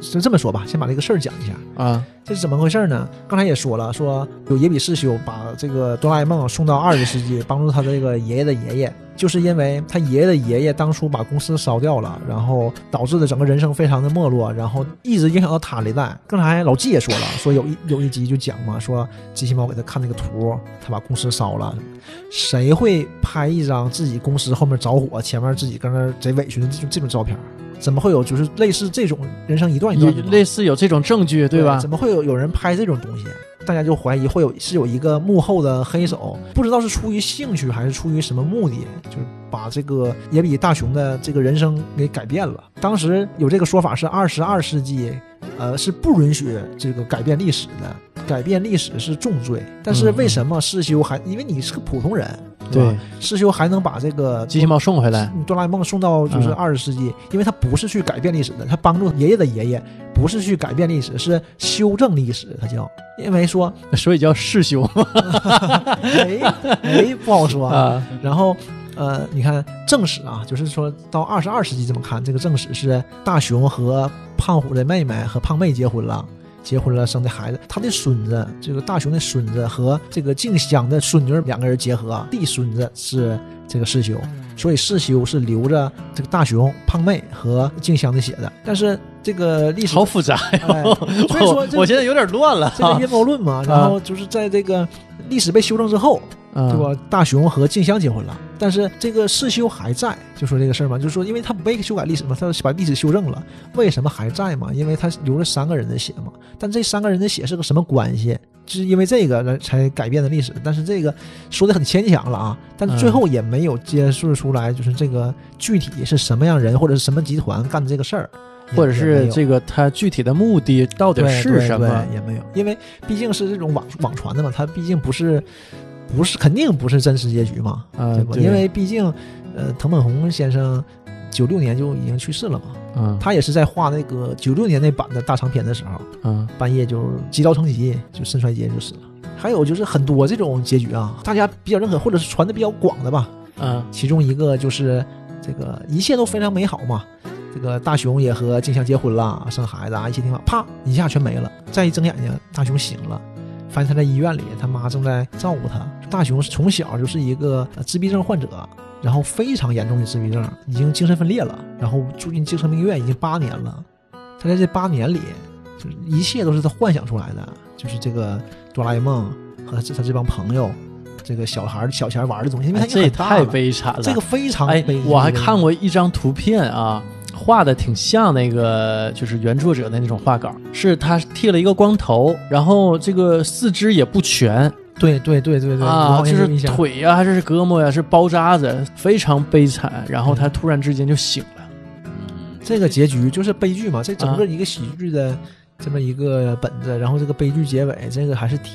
B: 就这么说吧，先把这个事儿讲一下，
A: 啊
B: 这是怎么回事呢？刚才也说了，说有野比世修把这个哆啦 A 梦送到二十世纪，帮助他的这个爷爷的爷爷，就是因为他爷爷的爷爷当初把公司烧掉了，然后导致的整个人生非常的没落，然后一直影响到他这一代。刚才老纪也说了，说有一有一集就讲嘛，说机器猫给他看那个图，他把公司烧了，谁会拍一张自己公司后面着火，前面自己跟那儿贼委屈的这种这种照片儿？怎么会有就是类似这种人生一段一
A: 啊有
B: 段的呢
A: 类似有这种证据对吧
B: 怎？么会有有人拍这种东西？大家就怀疑会有是有一个幕后的黑手，不知道是出于兴趣还是出于什么目的，就是把这个野比大雄的这个人生给改变了。当时有这个说法是二十二世纪，呃，是不允许这个改变历史的，改变历史是重罪。但是
A: 嗯
B: 为什么世修还因为你是个普通人，吧
A: 对，
B: 世修还能把这个
A: 机器猫送回来，
B: 哆啦 A 梦送到就是
A: 嗯
B: 二十世纪，因为他不是去改变历史的，他帮助爷爷的爷爷，不是去改变历史，是修正历史，他叫。因为说，
A: 所以叫世修
B: 哎哎，不好说。
A: 啊
B: 然后，呃，你看正史啊，就是说到二十二世纪这么看，这个正史是大雄和胖虎的妹妹和胖妹结婚了。结婚了，生的孩子，他的孙子，这个大雄的孙子和这个静香的孙女两个人结合，啊弟孙子是这个世修，
A: 嗯
B: 所以世修是留着这个大雄、胖妹和静香的血的。但是这个历 史
A: 好复杂呀！
B: 哎所以说
A: 我
B: 这个
A: 我现在有点乱了啊
B: 这个阴谋论嘛，然后就是在这个历史被修正之后，
A: 啊，
B: 对吧？大雄和静香结婚了，但是这个世修还在，就说这个事儿嘛，就说因为他没修改历史嘛，他把历史修正了，为什么还在嘛？因为他流了三个人的血嘛，但这三个人的血是个什么关系？就是因为这个来才改变的历史，但是这个说的很牵强了啊，但是最后也没有揭示出来，就是这个具体是什么样人或者是什么集团干的这个事儿，也
A: 或者
B: 也没
A: 是
B: 有
A: 这个它具体的目的到底
B: 对
A: 是
B: 对
A: 什
B: 对
A: 么？
B: 也没有，因为毕竟是这种网网传的嘛，它毕竟不是不是肯定不是真实结局嘛，
A: 啊
B: 对吧？
A: 对
B: 因为毕竟呃，藤本弘先生九六年就已经去世了嘛，
A: 嗯
B: 他也是在画那个九六年那版的大长篇的时候，
A: 嗯
B: 半夜就急刀成疾，就肾衰竭就死了。还有就是很多这种结局啊，大家比较认可或者是传的比较广的吧，
A: 嗯
B: 其中一个就是这个一切都非常美好嘛。这个大雄也和静香结婚了，生孩子啊，一切挺好。啪，一下全没了。再一睁眼睛，大雄醒了，发现他在医院里，他妈正在照顾他。大雄是从小就是一个呃自闭症患者，然后非常严重的自闭症，已经精神分裂了，然后住进精神病院已经八年了。他在这八年里，就是一切都是他幻想出来的，就是这个哆啦 A 梦和这他这帮朋友，这个小孩儿小钱玩的东西，因为他已
A: 哎这
B: 经
A: 也
B: 很大
A: 太
B: 了
A: 悲惨了。
B: 这个非常
A: 哎
B: 悲剧。，
A: 我还看过一张图片啊，画的挺像那个就是原作者的那种画稿，是他剃了一个光头，然后这个四肢也不全
B: 对，对对对对对
A: 啊，就
B: 一
A: 是
B: 下，
A: 腿呀、还是胳膊呀、是包扎着，非常悲惨。然后
B: 嗯
A: 他突然之间就醒了，嗯
B: 这个结局就是悲剧嘛，这整
A: 啊
B: 个一个喜剧的这么一个本子，然后这个悲剧结尾，这个还是挺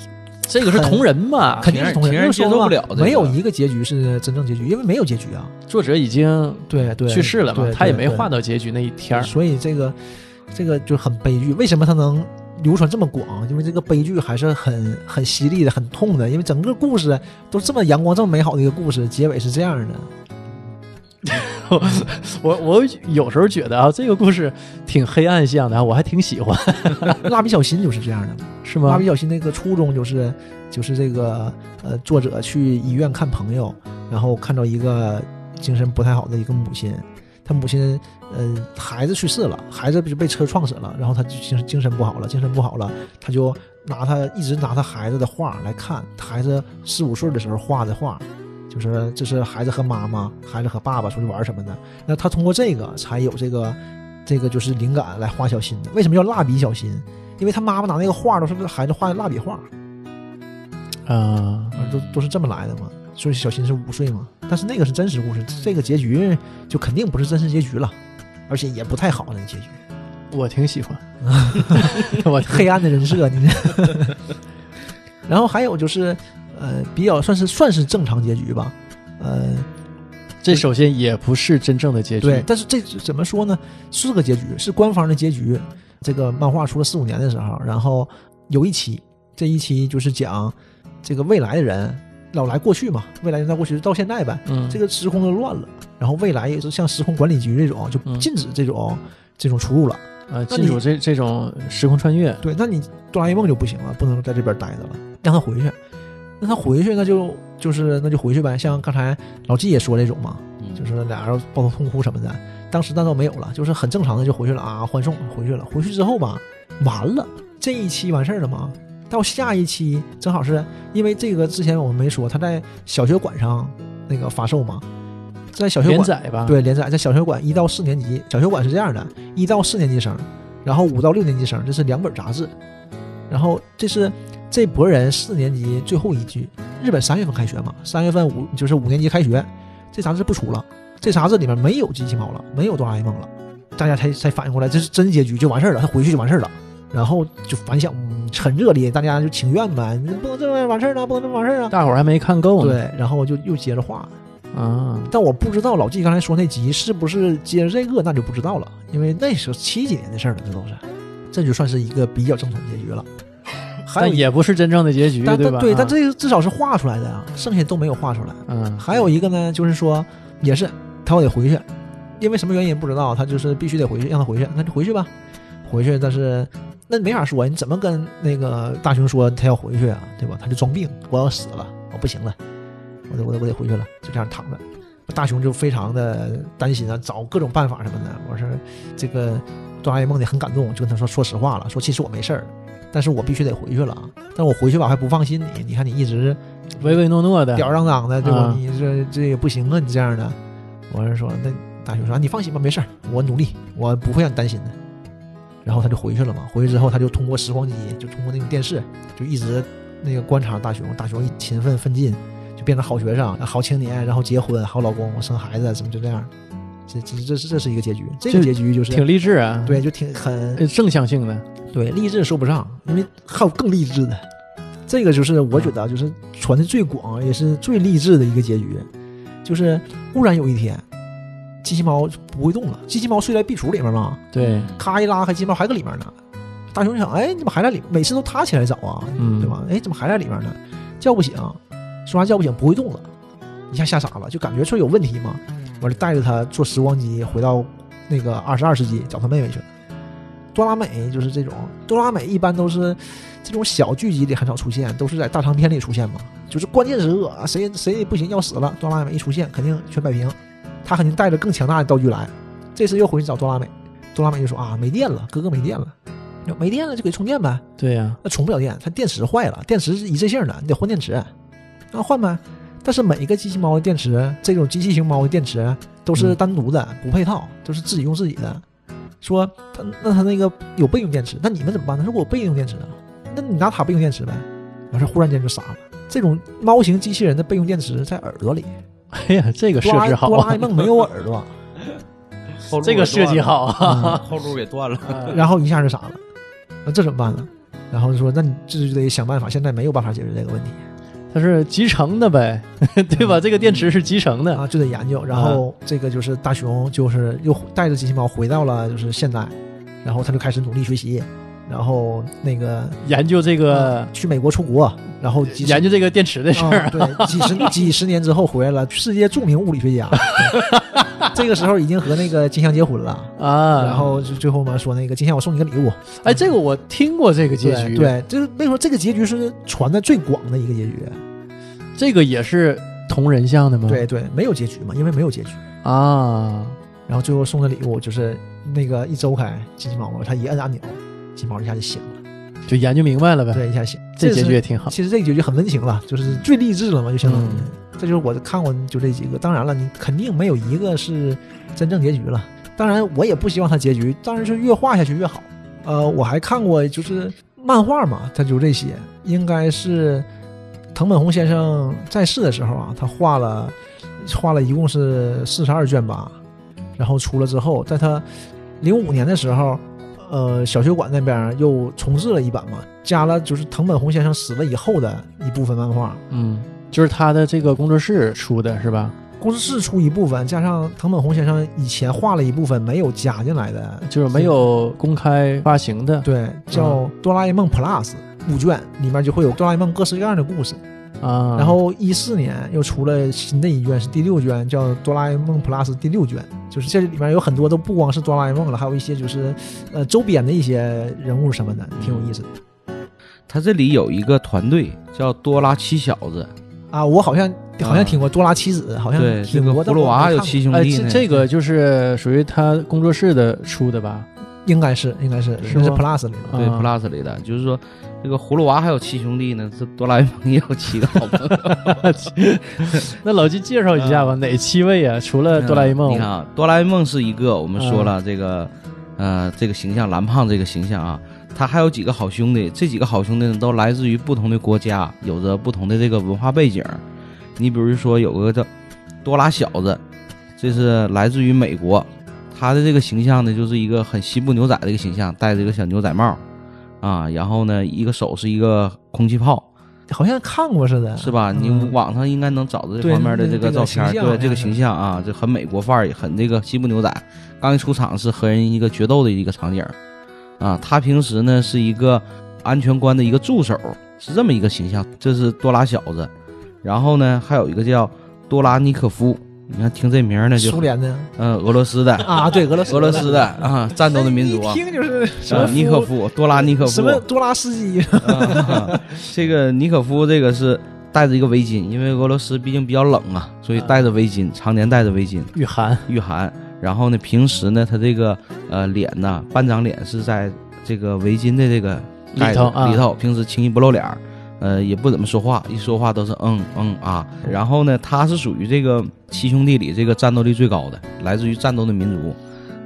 A: 这个是同人嘛？
B: 肯定是同
C: 情
B: 人
C: 人
B: 又
C: 接
B: 说
C: 受
B: 嘛
C: 不了这个
B: 没有一个结局是真正结局，因为没有结局啊。
A: 作者已经
B: 对对，
A: 去世了嘛
B: 对，
A: 他也没画
B: 到
A: 到结局那一天儿。
B: 所以这个这个就很悲剧。为什么它能？流传这么广，因为这个悲剧还是很很犀利的、很痛的，因为整个故事都这么阳光、这么美好的一个故事，结尾是这样的。
A: 我我有时候觉得啊，这个故事挺黑暗向的啊，我还挺喜欢，
B: 蜡笔小新就是这样的嘛，
A: 是
B: 蜡
A: 吗
B: 笔？小新那个初衷就是，就是这个呃，作者去医院看朋友，然后看到一个精神不太好的一个母亲，他母亲呃孩子去世了，孩子就被车撞死了，然后他就精精神不好了，精神不好了，他就拿他一直拿他孩子的画来看，孩子四五岁的时候画的画。就是这是孩子和妈妈，孩子和爸爸出去玩什么的。那他通过这个才有这个，这个就是灵感来画小新的。为什么叫蜡笔小新？因为他妈妈拿那个画都是孩子画的蜡笔画，
A: 啊，
B: 都都是这么来的嘛。所以小新是五岁嘛，但是那个是真实故事，这个结局就肯定不是真实结局了，而且也不太好那个结局，
A: 我挺喜欢，我挺
B: 黑暗的人设你。然后还有就是，呃，比较算是算是正常结局吧，呃，
A: 这首先也不是真正的结局。
B: 对，但是这怎么说呢？是个结局，是官方的结局。这个漫画出了四五年的时候，然后有一期，这一期就是讲这个未来的人，老来过去嘛，未来人到过去到现在呗，
A: 嗯，
B: 这个时空就乱了。然后未来也是像时空管理局这种，就
A: 嗯
B: 禁止这种、这种出入了。
A: 呃，
B: 那
A: 进入
B: 你哎
A: 这这种时空穿越，
B: 对，那你哆啦 A 梦就不行了，不能在这边待着了，让他回去。那他回去，那就就是那就回去呗。像刚才老纪也说这种嘛，
A: 嗯
C: 嗯
B: 就是俩人抱头痛哭什么的。当时那倒没有了，就是很正常的就回去了啊，欢送回去了。回去之后吧，完了这一期完事儿了嘛。到下一期正好是因为这个之前我们没说，他在小学馆上那个发售嘛，在小学
A: 连
B: 馆
A: 载吧？，
B: 对，连载在小学馆一到四年级，小学馆是这样的，一到四年级生，然后五到六年级生，这是两本杂志，然后这是这波人四年级最后一季，日本三月份开学嘛，三月份五就是五年级开学，这杂志不出了，这杂志里面没有机器猫了，没有哆啦 A 梦了，大家才才反应过来这是真结局就完事儿了，他回去就完事儿了。然后就反响、嗯、很热烈，大家就情愿呗，你不能这么完事儿啊，不能这么完事儿啊。
A: 大伙儿还没看够呢。
B: 对，然后就又接着画，
A: 啊，
B: 但我不知道老纪刚才说那集是不是接着这个，那就不知道了，因为那是七几年的事儿了，这都是，这就算是一个比较正统结局了。还有
A: 但
B: 一
A: 也不是真正的结局，
B: 但
A: 吧？
B: 但对，但啊
A: 这
B: 这个至少是画出来的啊，剩下都没有画出来。
A: 嗯，
B: 还有一个呢，就是说也是他得回去，因为什么原因不知道，他就是必须得回去，让他回去，那就回去吧，回去。但是那没法说，你怎么跟那个大雄说他要回去啊，对吧？他就装病，我要死了，我不行了，我得我得我得回去了，就这样躺着。大雄就非常的担心啊，找各种办法什么的。我说这个哆啦 A 梦的很感动，就跟他说说实话了，说其实我没事儿，但是我必须得回去了啊。但是我回去吧还不放心你，你看你一直
A: 唯唯诺诺的
B: 吊儿郎当的，对吧？
A: 啊
B: 你这这也不行啊，你这样的。我是说，那大雄说啊你放心吧，没事儿，我努力，我不会让你担心的。然后他就回去了嘛，回去之后他就通过时光机，就通过那种电视，就一直那个观察大雄，大雄一勤奋奋进，就变成好学生、好青年，然后结婚、好老公、生孩子，怎么就这样？这这这是这是一个结局，这个
A: 这
B: 结局就是
A: 挺励志啊，
B: 对，就挺很
A: 呃，正向性的，
B: 对，励志说不上，因为还有更励志的。这个就是我觉得啊就是传的最广也是最励志的一个结局，就是忽然有一天，机器猫不会动了。机器猫睡在壁橱里面嘛，
A: 对，
B: 咔一拉开，机器猫还搁里面呢。大熊想，哎，你怎么还在里？每次都他起来找啊，
A: 嗯，
B: 对？吧？哎，怎么还在里面呢？叫不醒，说完叫不醒，不会动了，一下吓傻了，就感觉说有问题嘛。我就带着他坐时光机回到那个二十二世纪找他妹妹去了。哆啦美就是这种，哆啦美一般都是这种小剧集里很少出现，都是在大长篇里出现嘛。就是关键时刻啊，谁谁不行要死了，哆啦美一出现肯定全摆平，他肯定带着更强大的道具来。这次又回去找哆啦美，哆啦美就说啊没电了，哥哥没电了，没电了就给充电呗。
A: 对呀，
B: 那充不了电，它电池坏了，电池是一次性的，你得换电池，那换呗。但是每一个机器猫的电池，这种机器型猫的电池都是
A: 嗯
B: 单独的，不配套，都是自己用自己的。说它那它那个有备用电池，那你们怎么办呢？他说我有备用电池啊，那你拿它备用电池呗。完事儿忽然间就傻了，这种猫型机器人的备用电池在耳朵里，
A: 哎呀，这个设
B: 哆啦
A: 置好
B: 哆啦
A: 啊
B: A，梦没有耳朵，
A: 这个设计好啊，
B: 嗯
C: 后路给断了。
B: 然后一下就傻了，那这怎么办呢？然后就说那你这就得想办法，现在没有办法解决这个问题。
A: 它是集成的呗， 对
B: 嗯
A: 吧？这个电池是集成的，
B: 啊，就得研究。然后这个就是大雄，就是又带着机器猫回到了就是现代，然后他就开始努力学习，然后那个呃
A: 研究这个
B: 去美国出国，然后几十
A: 研究这个电池的事儿
B: 啊，对，几 十几十年之后回来了，世界著名物理学家。 对这个时候已经和那个金香结婚了，
A: 啊，
B: 嗯然后就最后嘛说那个金香，我送你个礼物。
A: 哎，这个我听过这个结局，
B: 对，对，就是为什么这个结局是传的最广的一个结局？
A: 嗯这个也是同人像的吗？
B: 对对，没有结局嘛，因为没有结局。
A: 啊，
B: 然后最后送的礼物就是那个一周开机器猫嘛，它一摁按钮，机器猫一下就醒了，
A: 就研究明白了呗，
B: 对，一下醒。
A: 这结
B: 是
A: 局也挺好。
B: 其实这个结局很温情了，就是最励志了嘛，就相当于。
A: 嗯
B: 这就是我看过就这几个，当然了，你肯定没有一个是真正结局了。当然，我也不希望它结局，当然是越画下去越好。呃，我还看过就是漫画嘛，它就这些，应该是藤本弘先生在世的时候啊，他画了画了一共是四十二卷吧，然后出了之后，在他零五年的时候，呃小学馆那边又重制了一版嘛，加了就是藤本弘先生死了以后的一部分漫画，
A: 嗯，就是他的这个工作室出的是吧？
B: 公司是出一部分，加上藤本弘先生以前画了一部分没有加进来的，
A: 就是没有公开发行的
B: 对，叫
C: 嗯
B: 《哆啦 A 梦 Plus》五卷，里面就会有哆啦 A 梦各式各样的故事。
C: 嗯
A: 啊。
B: 然后一四年又出了新的一卷，是第六卷，叫《哆啦 A 梦 Plus》第六卷，就是这里面有很多都不光是哆啦 A 梦了，还有一些就是呃周边的一些人物什么的，挺有意思的。
C: 嗯他这里有一个团队叫多拉七小子，
B: 啊，我好像好像
C: 啊
B: 听过哆啦七子，好像
C: 对，
B: 哎
C: 这
B: 挺
C: 个
B: 多
C: 葫
B: 的。
C: 芦娃
B: 我没看
C: 有
B: 过
C: 七兄
A: 哎，
C: 弟
A: 这
C: 呢。
A: 这个就是属于他工作室的出的吧？
B: 应该是应该是
A: 是
B: 应该是
A: 吗
B: Plus 里面。
C: 对
A: 啊
C: Plus 里的，就是说这个葫芦娃还有七兄弟呢，这哆啦 A 梦也有七个好朋友。
A: 那老季介绍一下吧，哪七位啊？除了哆啦 A
C: 嗯你
A: 梦嗯
C: 看，啊，哆啦 A 梦是一个，我们说了这个，呃，这个形象蓝胖这个形象啊，他还有几个好兄弟，这几个好兄弟呢都来自于不同的国家，有着不同的这个文化背景。你比如说有个叫多拉小子，这是来自于美国，他的这个形象呢就是一个很西部牛仔的一个形象，戴着一个小牛仔帽，啊，然后呢一个手是一个空气炮。
B: 好像看过似的，
C: 是吧？你
B: 嗯
C: 网上应该能找到这
B: 对
C: 方面的
B: 那
C: 这个
B: 那个
C: 照片儿，
B: 形象哎
C: 对这个
B: 呀
C: 形象啊，这很美国范儿，也很这个西部牛仔。刚一出场是和人一个决斗的一个场景儿，啊，他平时呢是一个安全官的一个助手，是这么一个形象。这是多拉小子，然后呢还有一个叫多拉尼可夫，你看听这名儿呢就
B: 苏联的
C: 嗯、俄罗斯的
B: 啊， 对，俄罗斯哎
C: 俄罗斯的啊战斗的民族啊
B: 一，听就是什么
C: 啊
B: 夫
C: 尼可夫多拉尼可夫
B: 什么多拉斯基，
C: 啊， 这个尼可夫这个是戴着一个围巾，因为俄罗斯毕竟比较冷啊，所以戴着围巾，常年戴着围巾
A: 御 寒
C: 御寒。然后呢，平时呢，他这个呃脸呢，半张脸是在这个围巾的这个盖
A: 里
C: 子
A: 头啊
C: 里头，平时轻易不露脸儿，呃，也不怎么说话，一说话都是嗯嗯啊。然后呢，他是属于这个七兄弟里这个战斗力最高的，来自于战斗的民族。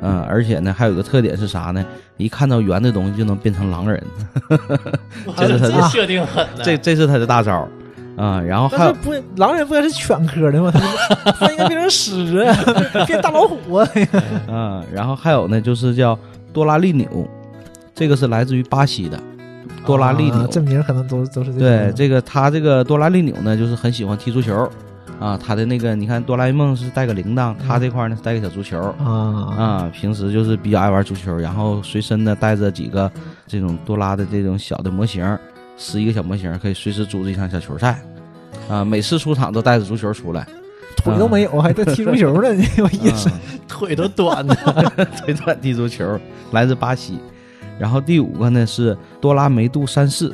C: 嗯，而且呢，还有一个特点是啥呢？一看到圆的东西就能变成狼人，这是他的
A: 设定狠
C: 这这是他的大招儿啊、然后还
B: 但
C: 有
B: 是不狼人不该是犬科的吗？ 他他应该变成狮子， 变大老虎啊！
C: 嗯，然后还有呢，就是叫多拉利纽，这个是来自于巴西的 多拉利纽。
B: 啊这名儿可能都都是这
C: 对
B: 个，
C: 这个他这个多拉利纽呢，就是很喜欢踢足球啊。他的那个你看，哆啦 A 梦是带个铃铛，
B: 嗯
C: 他这块儿呢是带个小足球
B: 啊
C: 啊。平时就是比较爱玩足球，然后随身呢带着几个这种多拉的这种小的模型，十一个小模型可以随时组织一场小球赛啊。每次出场都带着足球出来，
B: 腿都没有，还在踢足球呢， 有意思
C: 啊。
A: 腿都短的
C: 推断地足球，来自巴西。然后第五个呢是多拉梅杜三世，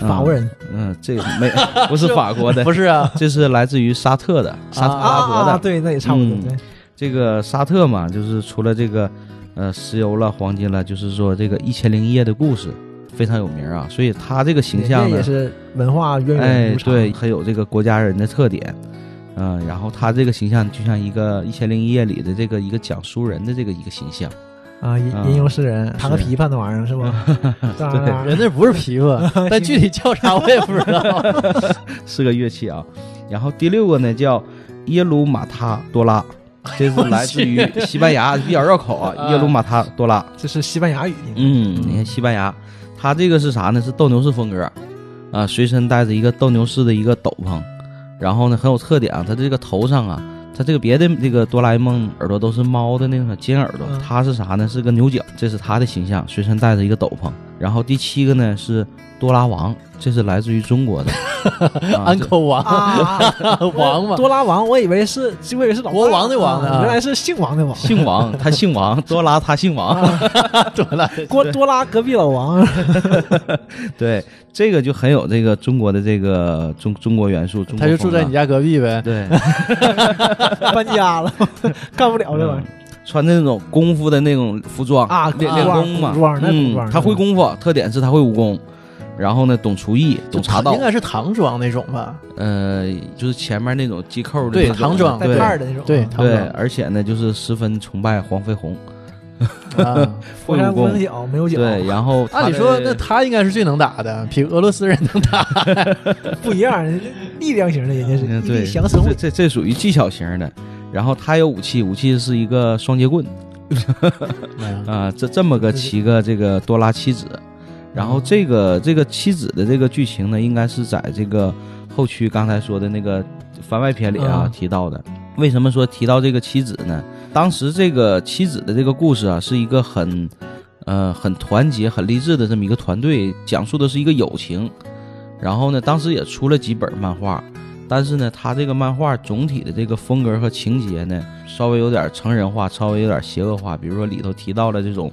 C: 嗯
B: 法国。人
C: 嗯，这个没 不是法国 的，
A: 不是啊？
C: 这是来自于沙特的，沙特
A: 啊
C: 阿拉伯的。
B: 啊，对，那也差不多
C: 嗯。
B: 对，
C: 这个沙特嘛，就是除了这个呃石油了、黄金了，就是说这个《一千零一夜》的故事非常有名啊，所以他这个形象
B: 人家
C: 呢
B: 也，是文化渊源
C: 哎
B: 如，长
C: 对，很有这个国家人的特点。嗯，然后他这个形象就像一个《一千零一夜》里的这个一个讲述人的这个一个形象。
B: 啊，吟
C: 啊
B: 吟游诗人，弹个
C: 是
B: 琵琶那玩意儿是吧？ 对
A: 人那不是琵琶，但具体叫啥我也不知
C: 啊
A: 道。
C: 是个乐器啊。然后第六个呢叫耶鲁马塔多拉，这是来自于西班牙，比较绕口啊。
A: 啊
C: 耶鲁马塔多拉，
B: 这是西班牙语。
C: 嗯，你看西班牙，它这个是啥呢？是斗牛士风格，啊，随身带着一个斗牛士的一个斗篷，然后呢很有特点啊，它这个头上啊。它这个别的这个哆啦 A 梦耳朵都是猫的那种尖耳朵
B: 嗯，
C: 它是啥呢？是个牛角，这是它的形象，随身带着一个斗篷。然后第七个呢是多拉王，这是来自于中国的，啊
A: 安
C: 这
A: 口 王
B: 啊，
A: 王嘛，
B: 多拉王，我以为是，我以为是老大
A: 国王的王呢
B: 啊原来是姓王的王。
C: 姓王，他姓王，多拉他姓王。
A: 啊多
C: 啊
A: 了
B: 多多拉隔壁老王，
C: 对，这个就很有这个中国的这个中中国元素。中国
A: 他就住在你
C: 家。
A: 家隔壁呗。
C: 对，
B: 搬家了， 干不
A: 哦
B: 了这玩意儿
C: 嗯穿的那种功夫的那种服装
B: 啊
C: 练
B: 古
C: 练
B: 装
C: 功嘛
B: 古装。那古
C: 嗯
B: 装，
C: 他会功夫，特点是他会武功。然后呢，懂厨艺，懂茶道
A: 应，该是唐装那种 吧？
C: 呃，就是前面那种系扣的
A: 对
C: 那种
A: 唐装
B: 带
C: 对
B: 派儿的那种。
A: 嗯
B: 啊
A: 对，唐
C: 对，
A: 装
C: 而且呢，就是十分崇拜黄飞鸿，
A: 啊。
B: 火
C: 会
B: 山无
C: 武功
B: 棱，哦角没有角，
C: 对，然后他
A: 按理说，
C: 的
A: 那他应该是最能打的，比俄罗斯人能打。
B: 不一样，人家力量型的人家是
C: 嗯，
B: 一
C: 对，
B: 力降神
C: 这
B: 会
C: 这这属于技巧型的。然后他有武器，武器是一个双截棍，
A: 哎呀
C: 啊，这这么个七个这个多拉妻子，然后这个这个妻子的这个剧情呢，应该是在这个后区刚才说的那个番外篇里啊、
B: 嗯
C: 提到的。为什么说提到这个妻子呢？当时这个妻子的这个故事啊，是一个很呃很团结、很励志的这么一个团队，讲述的是一个友情。然后呢，当时也出了几本漫画。但是呢，他这个漫画总体的这个风格和情节呢，稍微有点成人化，稍微有点邪恶化。比如说里头提到了这种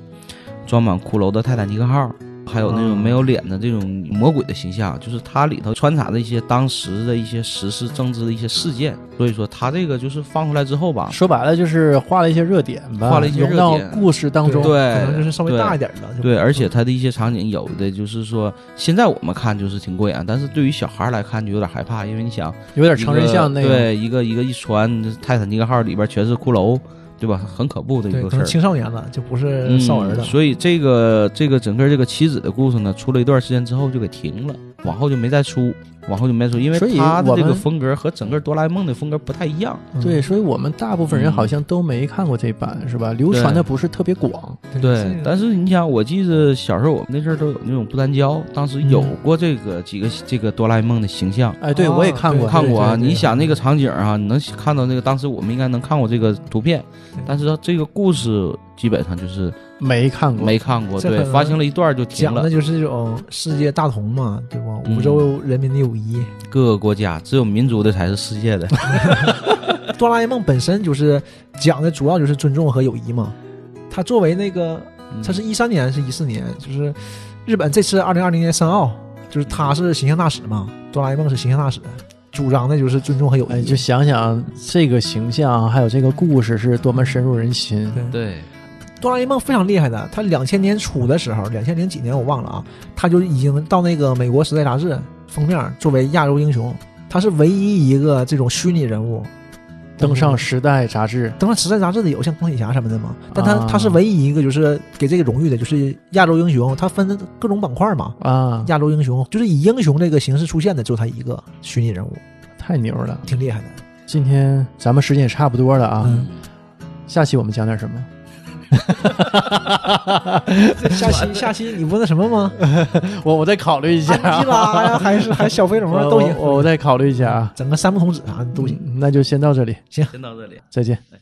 C: 装满骷髅的泰坦尼克号，还有那种
A: 嗯
C: 没有脸的这种魔鬼的形象，就是它里头穿插的一些当时的一些时事政治的一些事件。所以说，它这个就是放出来之后吧，
A: 说白了就是画了一些热点吧，
C: 画了一些
A: 融
C: 热
A: 到
C: 点
A: 故事当中。
C: 对
B: 可能就是稍微
C: 对
B: 大一点的，就
C: 对，而且它的一些场景有的就是说，现在我们看就是挺过瘾，但是对于小孩来看就有点害怕，因为你想
A: 有点成人像那
C: 一
A: 个。
C: 个对，一个一个一船泰坦尼克号里边全是骷髅，对吧？很可怖的一
B: 对，
C: 个
B: 可
C: 事
B: 能
C: 儿。
B: 青少年了，就不是
C: 嗯
B: 少儿的。
C: 所以这个这个整个这个妻子的故事呢，出了一段时间之后就给停了，往后就没再出，往后就没再出，因为
A: 所以
C: 他的
A: 我
C: 这个
A: 们
C: 风格和整个哆啦 A 梦的风格不太一样。
B: 嗯
A: 对，所以我们大部分人
C: 嗯
A: 好像都没看过这版，是吧？流传的不是特别广。
C: 对，但是你想，我记得小时候我们那阵儿都有那种不丹胶，当时有
B: 嗯
C: 过这个几个这个哆啦 A 梦的形象。
A: 哎，对，
B: 哦
A: 我也看过，
B: 对
C: 看过啊！
B: 对嗯对
C: 你想那个场景啊，你能看到那个当时我们应该能看过这个图片，但是这个故事基本上就是
A: 没看过。
C: 没看过，
B: 这
C: 对
B: 可，能
C: 发行了一段就停
B: 讲
C: 了
B: 的。就是这种世界大同嘛，对吧？
C: 嗯
B: 五洲人民的友谊。
C: 各个国家只有民族的才是世界的，
B: 哆啦 A 梦本身就是讲的主要就是尊重和友谊嘛。它作为那个， 它
C: 嗯
B: 是一三年还是一四年，就是日本这次二零二零年申奥，就是它是形象大使嘛，哆啦 A 梦是形象大使，主张的就是尊重和友
A: 哎，
B: 谊。
A: 就想想这个形象，还有这个故事是多么深入人心。
B: 对
C: 对，
B: 哆啦 A 梦非常厉害的，他两千年初的时候，两千零几年我忘了啊，他就已经到那个美国《时代》杂志封面作为亚洲英雄，他是唯一一个这种虚拟人物
A: 登上《时代》杂志，
B: 登上《时代》杂志的有像钢铁侠什么的嘛，但他、
A: 啊
B: 他是唯一一个就是给这个荣誉的，就是亚洲英雄，他分各种板块嘛，
A: 啊，
B: 亚洲英雄就是以英雄这个形式出现的，就他一个虚拟人物，
A: 太牛了！
B: 挺厉害的。
A: 今天咱们时间也差不多了啊，
B: 嗯
A: 下期我们讲点什么？
B: 下期下期你不那什么 吗？
A: 我我再考虑一下啊
B: 安迪拉呀，还是还是小飞龙 啊，
A: 我
B: 都行，
A: 我我再考虑一下啊。
B: 整个三不童子啥的都行。
A: 嗯那就先到这里，
C: 先到这里。
A: 再见。
C: 哎